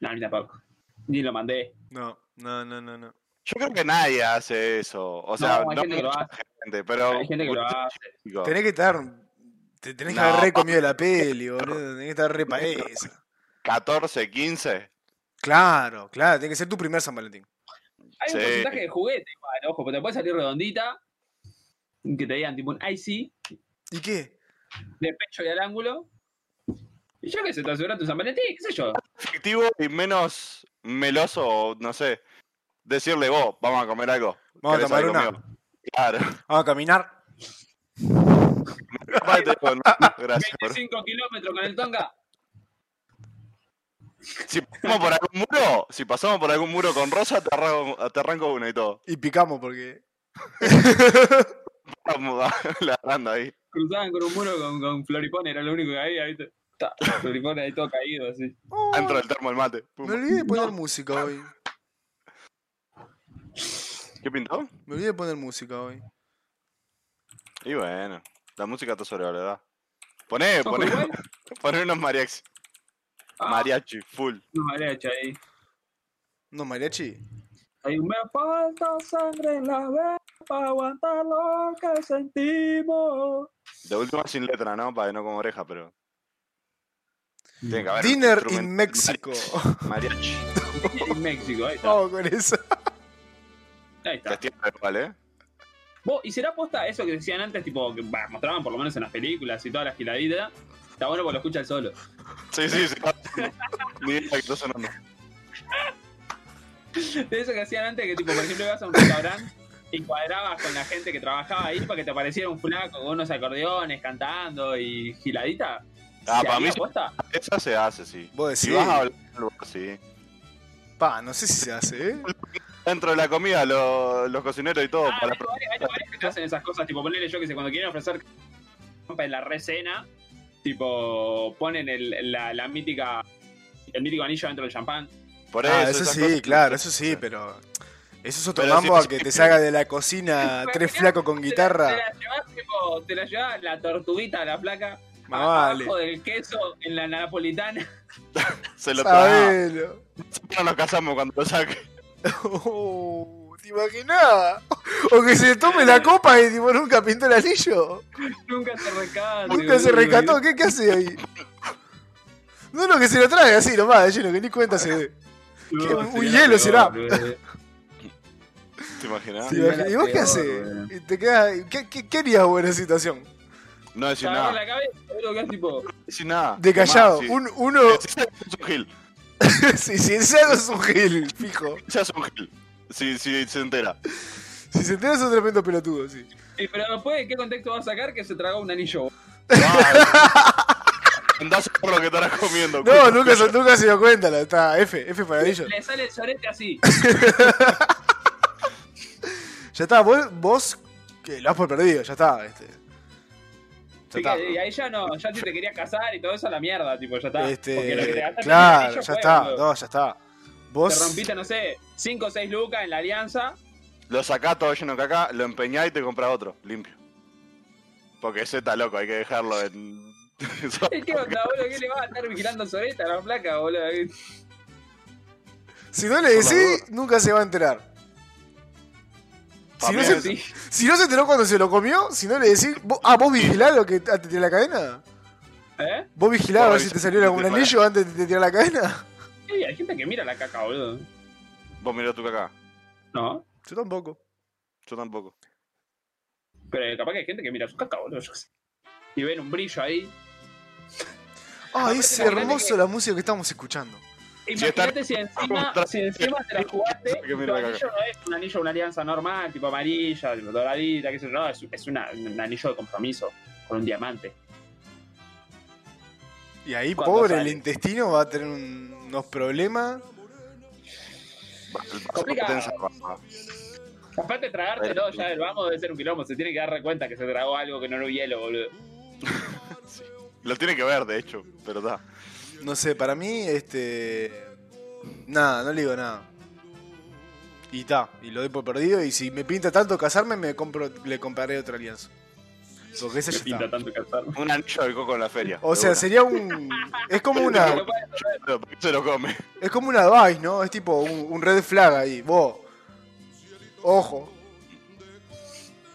S2: no, ni tampoco. Ni lo mandé.
S1: no, no, no, no, no.
S3: Yo creo que nadie hace eso. O sea,
S2: No,
S3: no,
S2: hay gente que lo
S3: mucha gente, pero.
S2: Hay gente que lo
S3: muchos
S2: hace.
S3: chicos.
S1: Tenés que estar. Te tenés
S3: No.
S1: que haber recomido la peli, boludo. Tenés que estar re pa' esa.
S3: 14, 15.
S1: Claro, claro, tiene que ser tu primer San Valentín.
S2: Hay un
S3: Sí.
S2: porcentaje de juguete, igual, ojo, porque te puede salir redondita, que te digan tipo un IC,
S1: ¿Y qué?
S2: de pecho y al ángulo. Y yo qué sé, te asegura tu San Valentín, qué sé yo.
S3: Efectivo y menos meloso, o no sé. Decirle vos, vamos a comer algo.
S1: Vamos a
S3: ¿querés
S1: tomar
S3: algo
S1: una.
S3: conmigo?". Claro.
S1: Vamos a caminar.
S3: Aparte, bueno, no, gracias. bro.
S2: 25 kilómetros con el tonga.
S3: Si pasamos por algún muro, si pasamos por algún muro con rosa, te arranco, te arranco uno y todo.
S1: Y picamos porque.
S3: Vamos a- La banda ahí.
S2: Cruzaban con un muro con, con floripones, era lo único que había, ¿viste? Ta, floripones ahí todo caído, así.
S1: Oh,
S3: Dentro del termo el mate. Pum.
S1: me olvidé de poner música hoy.
S3: ¿Qué pintó?
S1: Me olvidé de poner música hoy.
S3: Y bueno, la música está sobrevalorada. Poné,
S2: Ojo,
S3: poné,
S2: igual.
S3: poné unos mariachi,
S2: Ah,
S3: mariachi full.
S2: no, mariachi ahí.
S1: No, mariachi.
S2: Ahí me falta sangre en la vena para aguantar lo que sentimos.
S3: De última sin letra, ¿no? Para que no como oreja, pero. Tiene que haber. un
S1: Dinner
S3: instrumento-
S1: in Mexico.
S3: Mariachi.
S2: En México, ahí está.
S1: Vamos con eso.
S2: Ahí está.
S3: Castiga igual, ¿eh?
S2: Vos, ¿Y será posta eso que decían antes, tipo, que bah, mostraban por lo menos en las películas y toda la giladita? Está bueno porque lo escucha el solo.
S3: Sí, sí, sí. Ni idea que está sonando.
S2: De eso que hacían antes, que tipo, por ejemplo, ibas a un restaurante y cuadrabas con la gente que trabajaba ahí para que te apareciera un flaco con unos acordeones cantando y giladita.
S3: Ah,
S2: ¿Se
S3: para
S2: haría
S3: mí
S2: posta?
S3: Esa se hace, sí.
S1: Vos decís.
S3: Si vas a hablar en un lugar, sí.
S1: Pa, no sé si se hace, ¿eh?
S3: Dentro de la comida, lo- los cocineros y todo.
S2: Ah,
S3: para-
S2: hay lugares- hay lugares que te hacen esas cosas, tipo ponerle yo que sé, cuando quieren ofrecer en la recena, tipo ponen el, la, la mítica, el mítico anillo dentro del champán.
S3: Por
S1: Ah, eso
S3: esas
S1: sí,
S3: cosas-
S1: claro, eso sí, pero. Eso es otro
S3: Pero sí,
S1: mambo a
S3: sí,
S1: que te
S3: sí.
S1: salga de la cocina tres flacos con
S2: Te
S1: guitarra.
S2: la, te la llevas, tipo, te la llevas la tortuguita a la placa,
S1: Más vale.
S2: abajo del queso en la napolitana.
S3: Se lo ah,
S1: Sabelo.
S3: no nos casamos cuando lo saque.
S1: Oh, ¿Te imaginás? O que se tome la copa y tipo, nunca pintó el anillo.
S2: Nunca se rescata.
S1: Nunca se rescató. ¿Qué, qué hace ahí? No, no, que se lo trae así nomás, de lleno, que ni cuenta se ve. ¿Qué? Un hielo será.
S3: ¿Te imaginas?
S1: ¿Te
S2: Sí.
S1: imag- ¿Y vos qué
S2: peor,
S1: haces?
S2: boludo.
S1: Y te quedás- ¿Qué, qué, qué harías vos en esa situación?
S3: No decir
S2: Cagó en
S3: nada.
S2: la cabeza, boludo, que es tipo.
S3: No decir nada.
S1: De callado.
S3: Además,
S1: Un, uno.
S3: Si, si es un gil.
S1: Si si ese algo es un gil, fijo.
S3: si es un gil. Si, si se entera.
S1: Si se entera es un tremendo pelotudo, sí.
S2: "Eh, Pero después, ¿de qué contexto vas a sacar que se tragó un anillo?
S3: Andás por lo que estarás comiendo.
S1: No, nunca, se- nunca se dio cuenta, la, está F, F para ellos.
S2: Le sale el sorete así.
S1: Ya está, vos, vos que lo has por perdido, ya está. Este. Ya
S2: Así
S1: está.
S2: que, y ahí ya no, ya si te querías casar y todo eso a la mierda, tipo, ya está. Porque lo que te
S1: Este,
S2: gastaste en el
S1: claro,
S2: anillo
S1: ya
S2: fue,
S1: está,
S2: boludo.
S1: no, ya está.
S2: Te
S1: Vos,
S2: rompiste, no sé, 5 o 6 lucas en la alianza.
S3: Lo sacás todo lleno de caca, lo empeñás y te compras otro, limpio. Porque ese está loco, hay que dejarlo en.
S2: ¿Y ¿Qué onda, boludo? ¿Qué le vas a estar vigilando el sorete a la placa, boludo?
S1: si no le
S3: por la
S1: decís, nunca se va a enterar.
S3: Pa'
S1: Si no,
S3: mí
S1: se,
S3: es-
S2: Sí.
S1: si no se enteró cuando se lo comió, si no le decís, vos, ah, vos vigilás lo que antes de tirar la cadena.
S2: ¿Eh?
S1: Vos vigilás a ver
S3: Ay,
S1: si te salió algún
S3: te para.
S1: anillo antes de tirar la cadena.
S2: Sí, hay gente que mira la caca, boludo.
S3: Vos mirá tu caca.
S2: No,
S1: Yo tampoco.
S3: Yo tampoco.
S2: pero capaz que hay gente que mira su caca, boludo. yo qué sé. Y ven un brillo ahí.
S1: Ah,
S2: Aparte,
S1: es
S2: imagínate
S1: hermoso
S2: que-
S1: la música que estamos escuchando.
S2: Imagínate si, encima,
S3: Contra-
S2: si encima te la jugaste,
S3: Que
S2: tu
S3: mira la
S2: anillo no es un anillo, una alianza normal, tipo amarilla, tipo doradita, qué sé yo, no, es, es una- un anillo de compromiso con un diamante.
S1: Y ahí,
S2: Cuando
S1: pobre,
S2: sale.
S1: el intestino va a tener un- unos problemas.
S3: El paso
S2: Complicado.
S3: tensa, va.
S2: Aparte, tragártelo ya del vamos debe ser un quilombo, se tiene que dar cuenta que se tragó algo que no era hielo, boludo.
S3: Lo tiene que ver, de hecho, pero está.
S1: No sé, para mí, este. Nada, no le digo nada. Y ta, y lo doy por perdido. Y si me pinta tanto casarme, me compro, le compraré otra alianza. Porque esa ya
S2: Me
S1: está.
S2: pinta tanto casarme.
S3: Un anillo de coco en la feria.
S1: O
S3: de
S1: sea,
S3: una.
S1: sería un. Es como una.
S3: Pero, ¿por qué se lo come.
S1: Es como un advice, ¿no? Es tipo un, un red flag ahí. Vos. Ojo.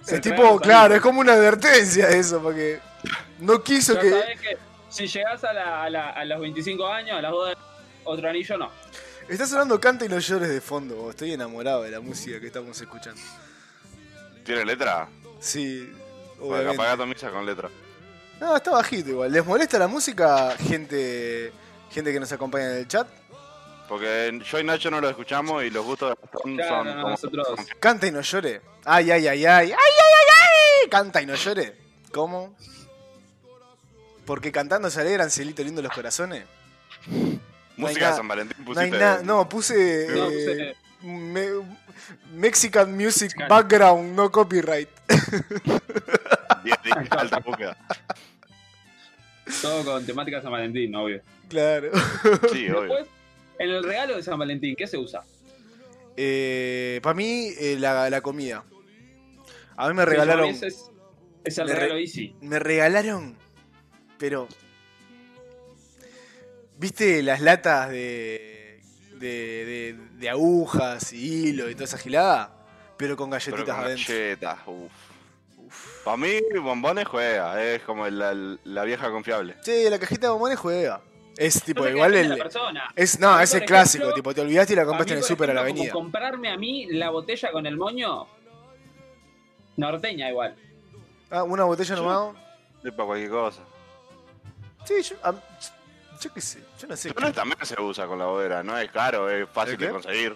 S1: Es
S2: Cerrar
S1: tipo,
S2: los
S1: claro,
S2: amigos.
S1: es como una advertencia eso, porque. No quiso
S2: Ya
S1: que.
S2: sabés que si llegás a, la- a la- a los 25 años, a las bodas, otro anillo no.
S1: Está sonando Canta y los llores de fondo, vos. Estoy enamorado de la música que estamos escuchando.
S3: ¿Tiene letra?
S1: Sí.
S3: Porque
S1: Obviamente.
S3: apagá misa con letra.
S1: No, está bajito igual. ¿Les molesta la música, gente. gente que nos acompaña en el chat?
S3: Porque yo y Nacho no lo escuchamos y los gustos de Gastón
S2: Claro,
S3: son
S2: no,
S3: como-
S2: nosotros.
S1: Canta y no llore. Ay, ay, ay, ay. Ay, ay, ay, ay. Canta y no llore. ¿Cómo? Porque cantando se alegran, cielito lindo los corazones.
S3: música
S1: nada-
S3: de San Valentín
S1: No hay
S3: pusiste.
S1: nada. No, puse.
S2: No,
S1: eh,
S2: puse-
S1: me- Mexican music
S2: Mexican.
S1: background, no copyright.
S3: 10 días de alta búsqueda.
S2: todo con temática de San Valentín, obvio.
S1: Claro.
S3: Sí, obvio.
S2: Después, en el regalo de San Valentín, ¿qué se usa?
S1: Para mí, eh, la, la comida. A mí me regalaron.
S2: Ese Es, es el
S1: Me re-
S2: regalo easy.
S1: Me regalaron. Pero. ¿Viste las latas de. de, de- de agujas y hilo y toda esa gilada? Pero con galletitas
S3: Pero con
S1: adentro.
S3: galletas, uff. Para mí, bombones juega. Es como la, la vieja confiable.
S1: Che, la cajita de bombones juega. Es tipo,
S2: Entonces,
S1: igual
S2: depende de
S1: el.
S2: la persona.
S1: Es, no,
S2: Yo,
S1: ese
S2: por
S1: es clásico,
S2: ejemplo,
S1: tipo, te olvidaste y la
S2: A mí,
S1: compraste en el
S2: por
S1: súper a la
S2: ejemplo, como
S1: avenida.
S2: comprarme a mí la botella con el moño norteña igual.
S1: Ah, una botella
S3: Yo-
S1: nomás.
S3: Es para cualquier cosa.
S1: Sí, yo. am- yo qué sé, yo no sé.
S3: Flores también se usa con la bodera. No es caro, es fácil
S1: ¿El qué?
S3: de conseguir.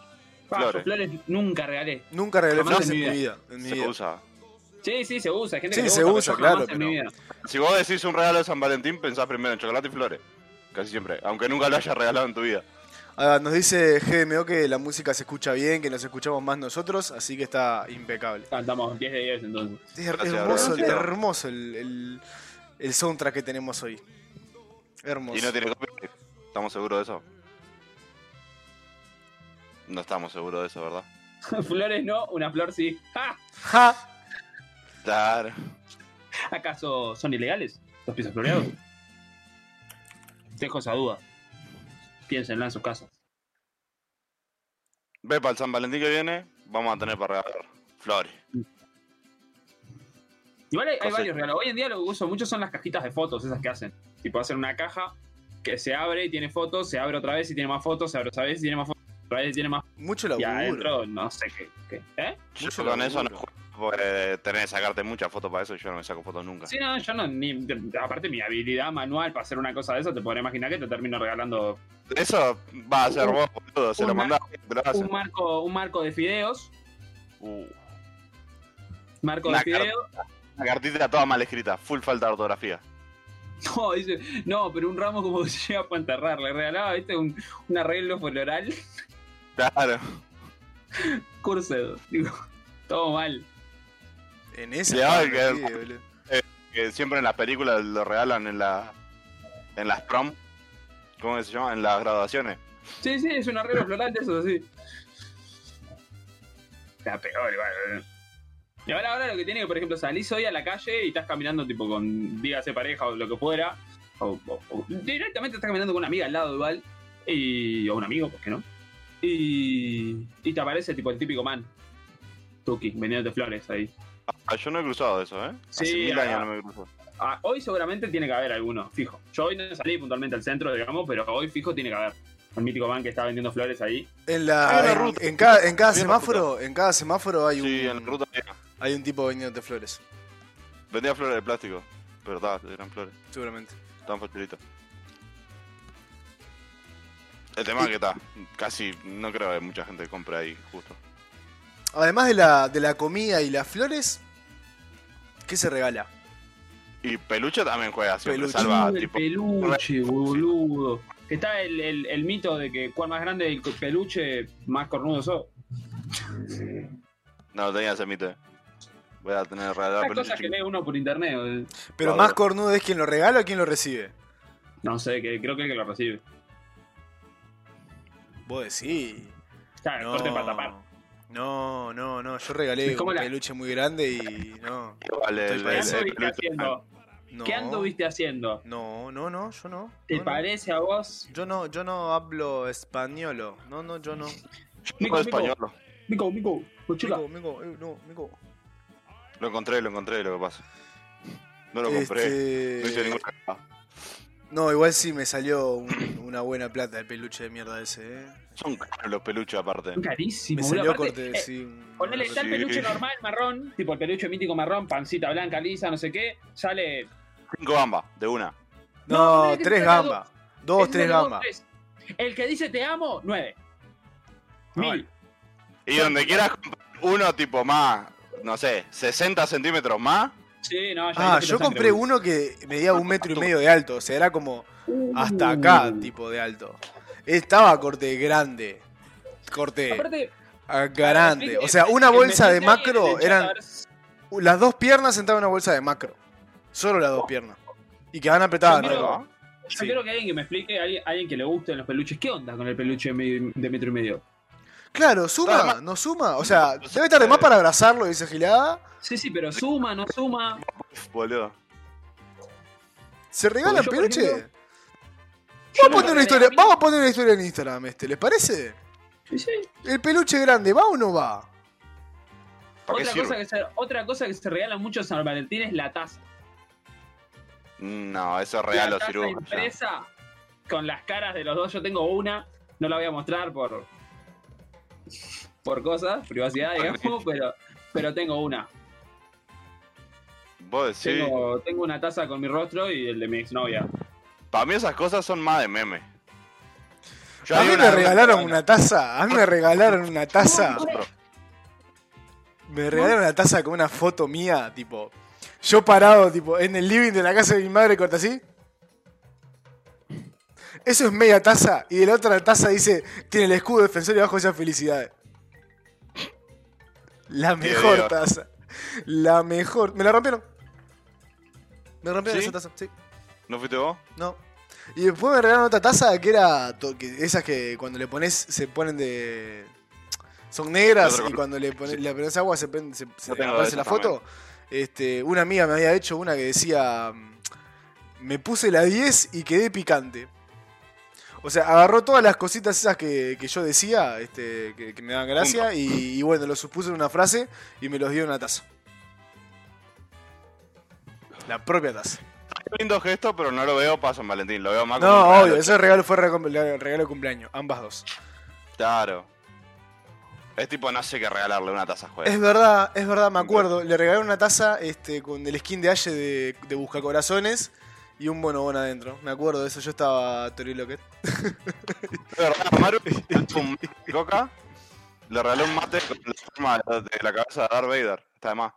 S2: Pa, yo
S3: Flores.
S2: flores nunca regalé.
S1: Nunca regalé
S2: Jamás
S1: flores en
S2: en
S1: mi
S2: mi
S1: vida. En mi
S3: Se
S1: vida.
S3: usa.
S2: Sí, sí, se usa. hay Gente
S1: Sí,
S2: que le
S1: se
S2: gusta,
S1: usa,
S2: pero yo jamás
S1: claro,
S2: en mi
S1: pero-
S2: vida.
S3: Si vos decís un regalo de San Valentín, pensás primero en chocolate y flores. Casi siempre. Aunque nunca lo hayas regalado en tu vida.
S1: Ah, nos dice GMO que la música se escucha bien, que nos escuchamos más nosotros, así que está impecable.
S2: Cantamos 10 Ah, de 10 entonces.
S1: Es
S3: Gracias,
S1: hermoso,
S3: Braulio.
S1: hermoso el, el- el soundtrack que tenemos hoy. Hermoso.
S3: Y no tiene copyright. ¿Estamos seguros de eso? No estamos seguros de eso, ¿verdad?
S2: Flores no, una flor sí. ¡Ja!
S1: ¡Ja!
S3: Claro.
S2: ¿Acaso son ilegales los pisos floreados? Dejo esa duda. Piénsenla en sus casas.
S3: Ve, para el San Valentín que viene, vamos a tener para regalar flores.
S2: Igual hay, hay
S3: Cosas-
S2: varios regalos. Hoy en día lo que uso mucho son las cajitas de fotos, esas que hacen. Tipo, hacen una caja que se abre y tiene fotos, se abre otra vez y tiene más fotos, se abre otra vez y tiene más fotos, otra vez y tiene más fotos.
S1: Mucho
S2: Y
S1: laburo.
S2: adentro, no sé qué. qué- ¿Eh?
S3: Yo
S1: Mucho
S3: con eso
S1: laburo.
S3: no juego, porque tenés que sacarte muchas fotos para eso y yo no me saco fotos nunca.
S2: Sí, no, yo no. Ni, aparte, mi habilidad manual para hacer una cosa de eso, te podré imaginar que te termino regalando
S3: Eso va a ser vos, boludo. Se lo
S2: Un
S3: mandás, te lo hacen.
S2: un marco, un marco de fideos.
S3: Uh,
S2: Marco de
S3: Una carta.
S2: fideos.
S3: Una cartita toda mal escrita, full falta de ortografía.
S2: No, dice, no, pero un ramo como que se lleva para enterrar. Le regalaba, viste, un, un arreglo floral.
S3: Claro.
S2: Cursed. Digo, todo mal.
S1: En esa.
S3: Le va a
S1: parte,
S3: caer.
S1: sí, boludo.
S3: Que siempre en las películas lo regalan en la. en las prom. ¿Cómo que se llama? En las graduaciones.
S2: Sí, sí, es un arreglo floral de esos así. La peor, igual. boludo. Y ahora, ahora lo que tiene que, por ejemplo, salís hoy a la calle y estás caminando, tipo, con, dígase pareja o lo que fuera. O, o- o directamente estás caminando con una amiga al lado, igual. Y, o un amigo, ¿por qué no? Y, y te aparece, tipo, el típico man. Tuki, vendiéndote flores ahí.
S3: Ah, yo no he cruzado eso, ¿eh? Hace
S2: Sí,
S3: mil
S2: ah.
S3: años no me cruzo.
S2: Ah, hoy seguramente tiene que haber alguno, fijo. Yo hoy no salí puntualmente al centro, digamos, pero hoy fijo tiene que haber. El mítico man que está vendiendo flores ahí.
S1: En,
S3: Hay
S1: la,
S3: una
S1: en-
S3: ruta.
S1: en cada, en cada
S3: Hay una
S1: semáforo, en cada semáforo hay un,
S3: Sí, en la ruta había.
S1: hay un tipo vendiéndote flores,
S3: Vendía flores de plástico. Pero ta, eran flores.
S1: seguramente.
S3: Estaban facilitas. El tema es que está. Casi no creo que mucha gente compre ahí, justo.
S1: Además de la, de la comida y las flores, ¿qué se regala?
S3: Y peluche también juega, siempre
S1: Peluche.
S3: salva,
S2: Uh, el
S3: tipo.
S2: peluche, boludo. Que está el, el- el mito de que cuál más grande el peluche, más cornudo sos.
S3: No, tenía ese mito. eh. Voy a tener que regalar
S2: Hay cosas que lee uno por internet. el-
S1: Pero
S3: Claro.
S1: más cornudo es quien lo regala o quien lo recibe.
S2: No sé, que creo que el que lo recibe.
S1: Vos decís.
S2: Claro, corte para tapar.
S1: No, no, no, no. Yo regalé
S2: Es como
S1: un
S2: la-
S1: peluche muy grande y no.
S3: Igual el-
S1: Estoy
S2: ¿Qué
S3: el-
S1: parece-
S3: el-
S2: anduviste
S3: Ah,
S2: haciendo?
S1: no.
S2: ¿Qué anduviste haciendo?
S1: No, no, no, yo no.
S2: ¿Te
S1: no, no.
S2: parece a vos?
S1: Yo no, yo no hablo españolo. No, no, yo no.
S3: Yo
S2: Mico,
S3: español.
S2: Mico, Mico, mochila.
S1: Mico, mico, eh, no, mico.
S3: Lo encontré, lo encontré, lo que pasa. No lo compré. No hice
S1: Este,
S3: ninguna cagada.
S1: No, igual sí me salió un- una buena plata el peluche de mierda ese, eh.
S3: Son caros los peluches aparte.
S2: Carísimo,
S1: Me
S2: boludo.
S1: salió
S2: Aparte,
S1: corte,
S2: eh,
S1: sí. un-
S2: Ponele está el
S3: Sí.
S2: peluche normal, marrón, tipo el peluche mítico marrón, pancita blanca, lisa, no sé qué, sale.
S3: Cinco gambas, de una.
S1: No,
S2: ponele que
S1: tres
S2: te salga
S1: gambas. Dos,
S2: el
S1: tres
S2: número
S1: gambas.
S2: tres. El que dice te amo, nueve. Mil.
S3: Y donde quieras comprar uno tipo más, no sé, 60 centímetros más.
S2: Sí, no, ya
S1: Ah,
S2: no se
S1: yo
S2: lo sacan,
S1: compré
S2: boludo.
S1: uno que medía un metro y
S3: Tú.
S1: medio de alto, o sea, era como hasta
S2: Uh.
S1: acá tipo de alto. Estaba corte grande, corte
S2: Aparte,
S1: ah, eh, grande.
S2: explique-
S1: O sea, una
S2: el
S1: bolsa de
S2: mensaje en el
S1: macro
S2: chat, a
S1: eran
S2: ver si-
S1: las dos piernas sentaban en una bolsa de macro. Solo las dos piernas. Y quedaban apretadas.
S2: Yo miro-
S1: Ah, ¿no?
S2: Yo
S1: Sí.
S2: quiero que alguien que me explique, alguien, alguien que le gusten los peluches, ¿qué onda con el peluche de mi- de metro y medio?
S1: Claro,
S3: Estaba
S1: suma,
S3: de
S1: no suma. O sea,
S3: No,
S1: debe estar de
S3: eh.
S1: más para abrazarlo, dice Gilada.
S2: Sí, sí, pero suma, no suma.
S3: Boludo.
S1: ¿Se regalan
S2: Yo, por
S1: peluche?
S2: ejemplo,
S1: Vamos a
S2: me
S1: poner una
S2: regalé
S1: historia,
S2: a mí.
S1: vamos a poner una historia en Instagram, este, ¿les parece?
S2: Sí, sí.
S1: ¿El peluche grande va o no va?
S3: ¿Para qué
S2: Otra cosa,
S3: sirve?
S2: que se, otra cosa que se regala mucho en San Valentín es la taza.
S3: No, eso es
S2: la
S3: regalo,
S2: taza
S3: cirujo.
S2: impresa con las caras de los dos. Yo tengo una, no la voy a mostrar por por cosas, privacidad, digamos, pero, pero tengo una.
S3: Vos decís.
S2: Tengo, tengo una taza con mi rostro y el de mi exnovia.
S3: Para mí esas cosas son más de meme. Yo
S1: a
S3: hay
S1: mí
S3: una-
S1: me regalaron una taza, a mí me regalaron una taza.
S3: Nosotros.
S1: Me regalaron una taza con una foto mía, tipo, yo parado, tipo, en el living de la casa de mi madre, corta así. Eso es media taza, y de la otra taza dice, tiene el escudo defensor y abajo esas felicidades. La
S3: Qué
S1: mejor
S3: Dios.
S1: taza. La mejor. Me la rompieron. Me rompieron
S3: ¿Sí?
S1: esa taza, sí.
S3: ¿No fuiste vos?
S1: No. Y después me regalaron otra taza que era. to- que esas que cuando le pones se ponen de. Son negras
S3: Otro
S1: y
S3: color.
S1: cuando le pones,
S3: Sí.
S1: le pones agua se, pen- se, se
S3: Yo tengo
S1: aparece
S3: de
S1: la
S3: esas
S1: foto. Este, una amiga me había hecho una que decía. "Mm, Me puse la 10 y quedé picante. O sea, agarró todas las cositas esas que, que yo decía, este, que, que me daban gracia, y, y bueno, lo supuso en una frase y me los dio en una taza. La propia taza.
S3: Lindo gesto, pero no lo veo para San Valentín. Lo veo más como. un
S1: No,
S3: regalo.
S1: obvio, ese regalo fue recom- le- regalo de cumpleaños, ambas dos.
S3: Claro. Es tipo, no sé qué regalarle una taza,
S1: Es
S3: juega.
S1: verdad, es verdad, me acuerdo. Le regalaron una taza este, con el skin de Aye de, de Buscacorazones y un bonobón adentro. Me acuerdo de eso, yo estaba Tori Locket.
S3: Es verdad, Maru. hizo un mate de coca. Le regaló un mate con la forma de la cabeza de Darth Vader. Está de más.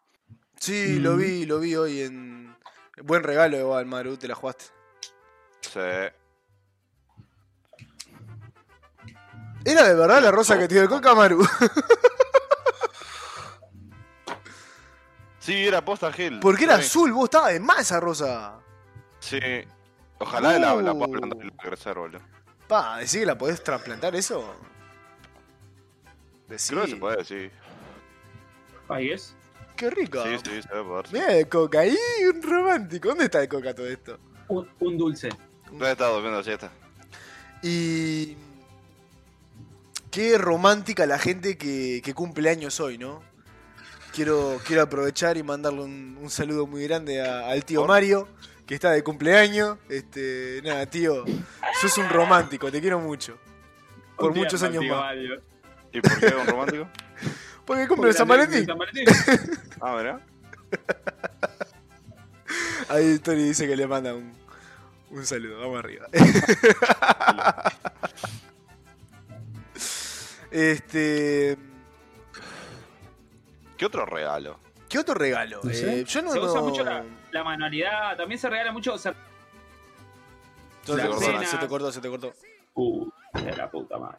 S1: Sí,
S2: Mm.
S1: lo vi, lo vi hoy en. Buen regalo, igual, Maru, te la jugaste.
S3: Sí.
S1: ¿Era de verdad la rosa que te dio el coca, Maru?
S3: Sí, era posta Gil.
S1: Porque era
S3: Sí.
S1: azul, vos estabas de más esa rosa.
S3: Sí. Ojalá la, la pueda
S1: Uh.
S3: plantar y la crecer, boludo.
S1: Pa, ¿decís que la podés trasplantar eso? Decí.
S3: Creo que se puede, sí.
S2: Ahí es.
S1: Qué rico.
S3: Sí, sí, se puede poder. sí.
S1: Mira de coca ahí, un romántico. ¿Dónde está el coca todo esto?
S2: Un, un dulce.
S3: ¿Dónde estás durmiendo la siesta?
S1: Y. Qué romántica la gente que, que cumple años hoy, ¿no? Quiero, quiero aprovechar y mandarle un, un saludo muy grande a- al tío
S3: Por-
S1: Mario, que está de cumpleaños. Este, nada, tío, sos un romántico, te quiero mucho. Por
S2: Un día
S1: muchos años
S2: contigo,
S1: más.
S2: Mario.
S3: ¿Y por qué un romántico?
S1: Porque cumple San
S2: Grande,
S1: Valentín.
S2: San Valentín.
S3: Ah, mira.
S1: Ahí Tori dice que le manda un, un saludo, vamos arriba. este.
S3: ¿Qué otro regalo?
S1: ¿Qué otro regalo?
S2: No sé.
S1: Eh, yo no.
S2: Se usa
S1: no-
S2: mucho la, la manualidad, también se regala mucho. se-
S1: Se te
S3: la
S1: cortó,
S2: cena.
S1: se te cortó, se te cortó.
S2: Uh, de la puta madre.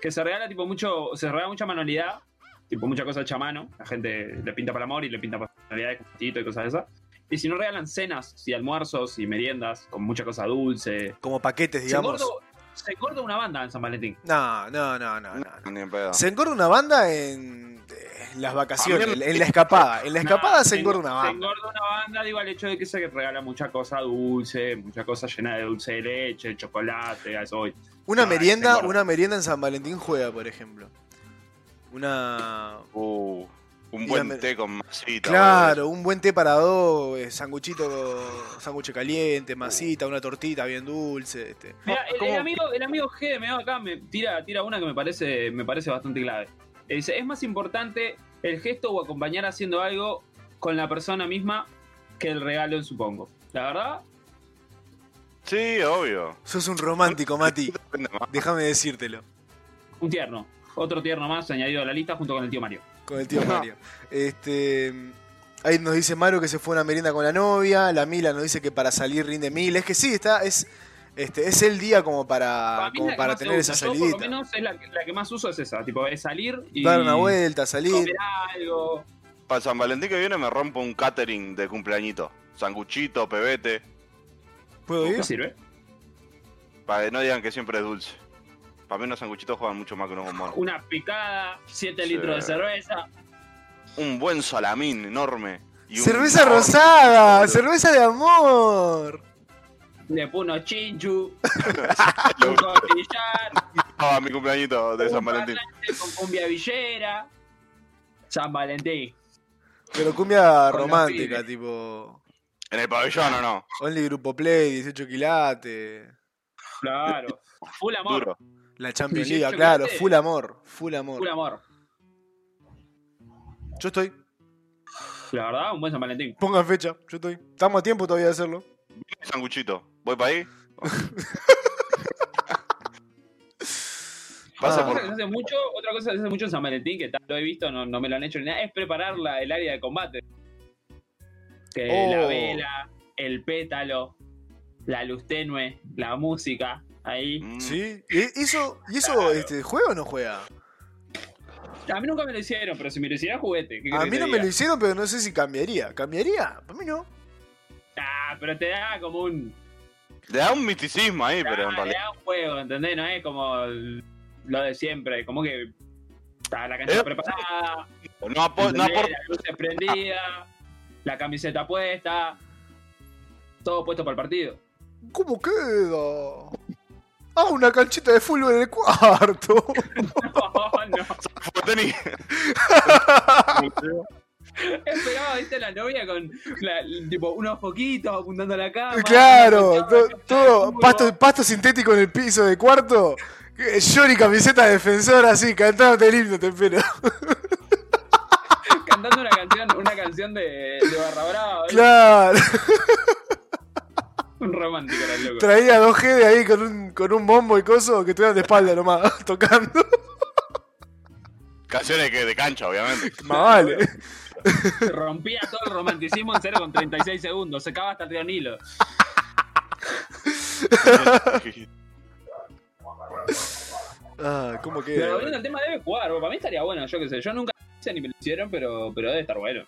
S2: Que se regala tipo mucho, se regala mucha manualidad, tipo mucha cosa hecha a mano. La gente le pinta para el amor y le pinta para navidades con tito y cosas de esas. Y si no regalan cenas y almuerzos y meriendas con mucha cosa dulce.
S1: Como paquetes,
S2: Se
S1: digamos.
S2: engorda, se engorda una banda en San Valentín.
S1: No, no, no, no, no, no.
S3: Ni en pedo.
S1: Se engorda una banda en eh, las vacaciones,
S3: A mí me-
S1: en la escapada. En la escapada
S2: Nah,
S1: se engorda una
S2: Se
S1: banda.
S2: engorda una banda, digo, al hecho de que se regala mucha cosa dulce, mucha cosa llena de dulce de leche, chocolate, a eso voy.
S1: Una
S2: nah, se
S1: merienda,
S2: engorda.
S1: una merienda en San Valentín juega, por ejemplo. Una
S3: Uh, un
S1: Dígame.
S3: buen té con masita.
S1: Claro, un buen té para dos, eh, sanguchito, sándwich caliente, masita, una tortita bien dulce. Este.
S2: Mira, el,
S3: ¿Cómo?
S2: el amigo, el amigo G me va acá, me tira, tira una que me parece, me parece bastante clave. Eh, Dice, es más importante el gesto o acompañar haciendo algo con la persona misma que el regalo en supongo. La verdad,
S3: boludo. Sí, obvio.
S1: Sos un romántico, Mati. Déjame decírtelo.
S2: un tierno. Otro tierno más añadido a la lista junto con el tío Mario.
S1: Con el tío Mario. Este. Ahí nos dice Mario que se fue a una merienda con la novia. La Mila nos dice que para salir rinde mil. Es que sí, está, es. Este, es el día como para,
S2: mí es
S1: Ah, como
S2: la que
S1: para
S2: más se
S1: tener
S2: usa.
S1: esa
S2: Yo, por lo
S1: salidita.
S2: menos es la, que- la que más uso es esa, tipo es salir y
S1: Dar una vuelta, salir.
S2: comer algo.
S3: Para San Valentín que viene me rompo un catering de cumpleañito. Sanguchito, pebete.
S1: ¿Puedo ir?
S2: ¿Qué sirve?
S3: Para que no digan que siempre es dulce. Para mí unos sanguchitos juegan mucho más que unos bombones.
S2: Una picada, 7
S3: Sí.
S2: litros de cerveza.
S3: Un buen salamín enorme. y un-
S1: Cerveza rosada, cerveza de amor.
S2: Después unos chinchu, un costillar,
S3: Ah, mi cumpleañito de
S2: un
S3: San Valentín.
S2: parlante con cumbia villera. San Valentín.
S1: Pero cumbia
S2: Con los
S1: romántica,
S2: pibes.
S1: tipo.
S3: En el pabellón o no.
S1: Only Grupo Play, 18 quilates.
S2: Claro. Full amor.
S3: Duro.
S1: La Champions
S2: 18
S1: League, claro,
S2: quilates.
S1: full amor, full amor.
S2: Full amor.
S1: Yo estoy.
S2: La verdad, un buen San Valentín.
S1: Pongan fecha, yo estoy. Estamos a tiempo todavía de hacerlo.
S3: Sanguchito. ¿Voy para ahí? Pasa
S1: Ah.
S2: Otra cosa que se
S3: por.
S2: hace mucho, otra cosa que se hace mucho en San Valentín, que tal, lo he visto, no, no me lo han hecho ni nada, es preparar la- el área de combate. Que la
S1: Oh.
S2: vela, el pétalo, la luz tenue, la música, ahí.
S3: Mm,
S1: ¿Sí? ¿Y eso, y eso este, juega o no juega?
S2: A mí nunca me lo hicieron, pero si me lo hicieran, juguete. ¿Qué
S1: A
S2: querés
S1: mí
S2: que
S1: no
S2: te
S1: me lo
S2: diga?
S1: hicieron, pero no sé si cambiaría. ¿Cambiaría? Para mí no.
S2: Ah, pero te da como un.
S3: Le da un misticismo ahí, pero en
S2: Ah, le
S3: realidad.
S2: da un juego, ¿entendés? No es como el- lo de siempre, como que está la cancha
S3: Eh,
S2: preparada,
S3: No, apo- no
S2: ¿entendés?
S3: aporta.
S2: las luces prendidas, la camiseta puesta, todo puesto para el partido.
S1: ¿Cómo queda? Ah, una canchita de fútbol en el cuarto.
S2: No, no.
S3: Fue tenis.
S2: Esperaba, viste, la novia con la- tipo unos foquitos apuntando a la cama.
S1: Eh, Claro,
S2: Todo-
S1: to- todo
S2: fútbol.
S1: pasto, pasto sintético en el piso de cuarto. eh, Short y camiseta defensora así, cantándote el himno, te espero.
S2: Cantando una canción, una canción de, de Barra Brava. ¿viste?
S1: Claro,
S2: Un romántico era el loco.
S1: traía dos G de ahí con un, con un bombo y coso que estuvieran de espalda nomás, tocando.
S3: Canciones que de cancha, obviamente.
S1: Más vale.
S2: Rompía todo el romanticismo en 0 con 36 segundos. Secaba hasta el río Nilo.
S1: Ah, ¿cómo
S2: Pero
S1: queda?
S2: volviendo al tema, debe jugar. Para mí estaría bueno, yo qué sé. Yo nunca lo hice ni me lo hicieron, pero, pero debe estar bueno.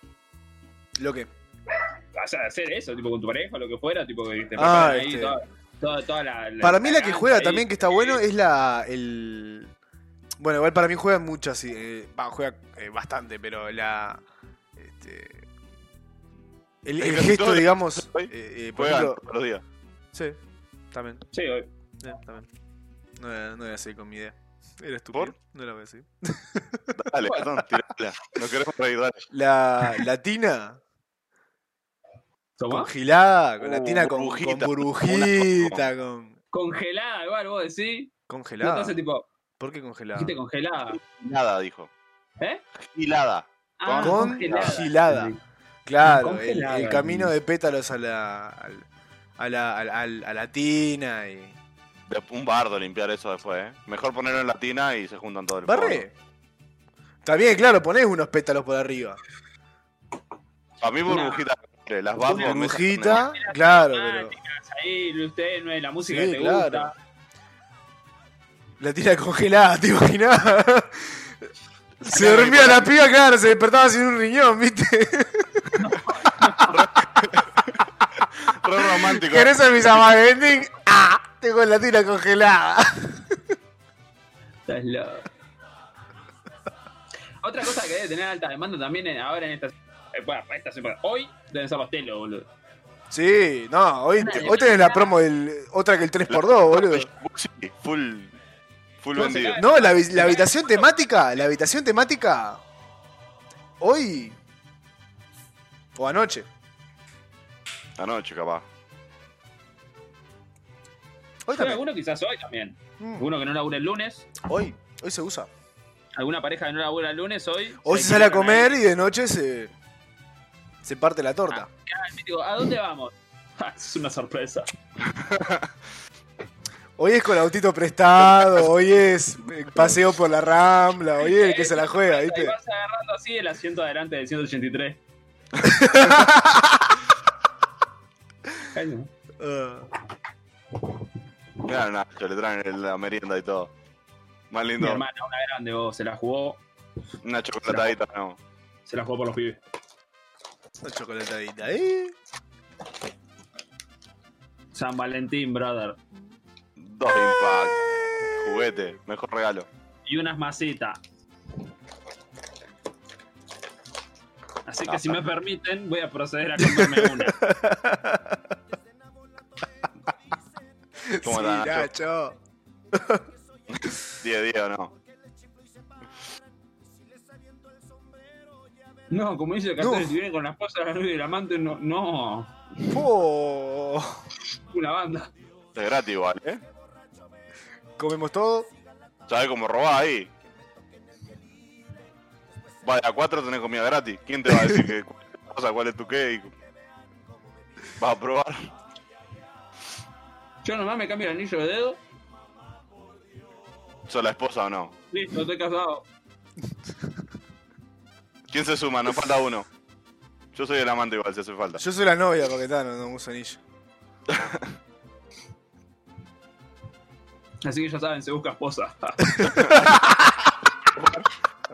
S1: Lo que.
S2: O sea, hacer eso, tipo con tu pareja o lo que fuera, tipo que te
S1: Ah,
S2: preparan ahí
S1: este.
S2: toda, toda, toda la, la-
S1: Para mí la que
S2: cancha
S1: juega
S2: ahí.
S1: también que está bueno es la. el. Bueno, igual para mí juega muchas. y, eh, va, juega eh, bastante, pero la. Este. El,
S3: El
S1: el
S3: capitán
S1: gesto,
S3: de-
S1: digamos. eh, eh, por
S3: Juegan
S1: ejemplo.
S3: todos los días.
S1: Sí, también.
S2: Sí, obvio.
S1: Eh, también. No, voy a- no voy a seguir con mi idea. Era estúpido.
S3: ¿Por?
S1: No la voy a seguir.
S3: Dale, perdón, tirala. No queremos reír, dale.
S1: La, la tina
S2: ¿Cómo?
S1: congelada, con la
S3: Uh,
S1: tina con
S3: burbujita.
S1: con burbujita, con.
S2: Congelada, igual vos decís. No,
S1: ¿Congelada?
S2: Entonces, tipo,
S1: ¿Por qué congelada?
S2: dijiste congelada.
S3: Nada, dijo.
S2: ¿Eh?
S3: Gilada.
S2: Ah,
S1: Con- congelada.
S2: Sí.
S1: Claro, el,
S2: Congelada,
S1: el camino
S2: y-
S1: de pétalos a la. al- a la, al- al- a la tina y.
S3: De- Un bardo limpiar eso después, ¿eh? Mejor ponerlo en latina y se juntan todo el
S1: Barré. Está bien, claro, ponés unos pétalos por arriba.
S3: A mí burbujita. Las vas por mesa.
S1: Burbujita, claro, pero.
S2: Temáticas Ah, ahí, luz tenue, la música
S1: Sí,
S2: que te
S1: claro.
S2: gusta.
S1: La tina congelada, ¿te imaginás? Se dormía la piba, claro, se despertaba sin un riñón, ¿viste?
S3: Re romántico.
S1: ¿Querés el pijama de vending? ¡Ah! Tengo la tira congelada.
S2: Estás loco. Otra cosa que debe tener alta demanda también en- ahora en esta. eh, Bueno, para esta semana. Hoy deben ser pastelo, boludo.
S1: Sí, no, hoy,
S2: Nadie.
S1: hoy tenés la promo del, otra que el 3x2, boludo.
S3: Sí, full. Full
S2: No,
S3: vendido.
S2: se
S1: No, la, habi- la habitación temática, la habitación temática. Hoy. O anoche.
S3: Anoche, capaz.
S1: Hoy
S2: Pero
S1: también.
S2: alguno quizás hoy también.
S1: Mm,
S2: Alguno que no labura el lunes.
S1: Hoy. Hoy se usa.
S2: Alguna pareja que no labura el lunes hoy.
S1: Hoy se sale a comer y de noche se. Se parte la torta.
S2: Y digo, ¿a dónde vamos? Ja, es una sorpresa.
S1: Hoy es con autito prestado, hoy es eh, paseo por la rambla, hoy es el que se la juega,
S2: Y
S1: ¿viste?
S2: vas agarrando así el asiento adelante del 183. Ay, no.
S1: Ah.
S3: Mirá, Nacho, le traen el- la merienda y todo. Más
S2: Mi
S3: lindo.
S2: hermana, una grande, vos, se la jugó.
S3: Una chocolatadita, no.
S2: Se la jugó por los pibes.
S1: Una chocolatadita, ¿eh?
S2: San Valentín, brother.
S3: Dos de impact. Juguete, mejor regalo.
S2: Y unas masitas. Así
S1: Ah,
S2: que si me permiten, voy a proceder a comprarme una.
S3: ¿Cómo
S1: sí,
S3: andás,
S1: Nacho?
S3: 10 días o no.
S2: No, como dice el
S1: No.
S2: cartel, si viene con la esposa, la novia y el amante, no, no,
S1: Po.
S2: una banda.
S3: Es gratis igual, ¿eh?
S1: Comemos todo.
S3: ¿Sabes cómo robás ahí? Vale, a cuatro tenés comida gratis. ¿Quién te va a decir que cosa, cuál es tu qué? y- Vas a probar.
S2: Yo nomás me cambio el anillo de dedo,
S3: ¿Sos la esposa o no?
S2: listo, estoy casado.
S3: ¿Quién se suma? Nos falta uno. Yo soy el amante igual, si hace falta.
S1: Yo soy la novia, porque está, no, no uso anillo.
S2: Así que ya saben, se busca esposa.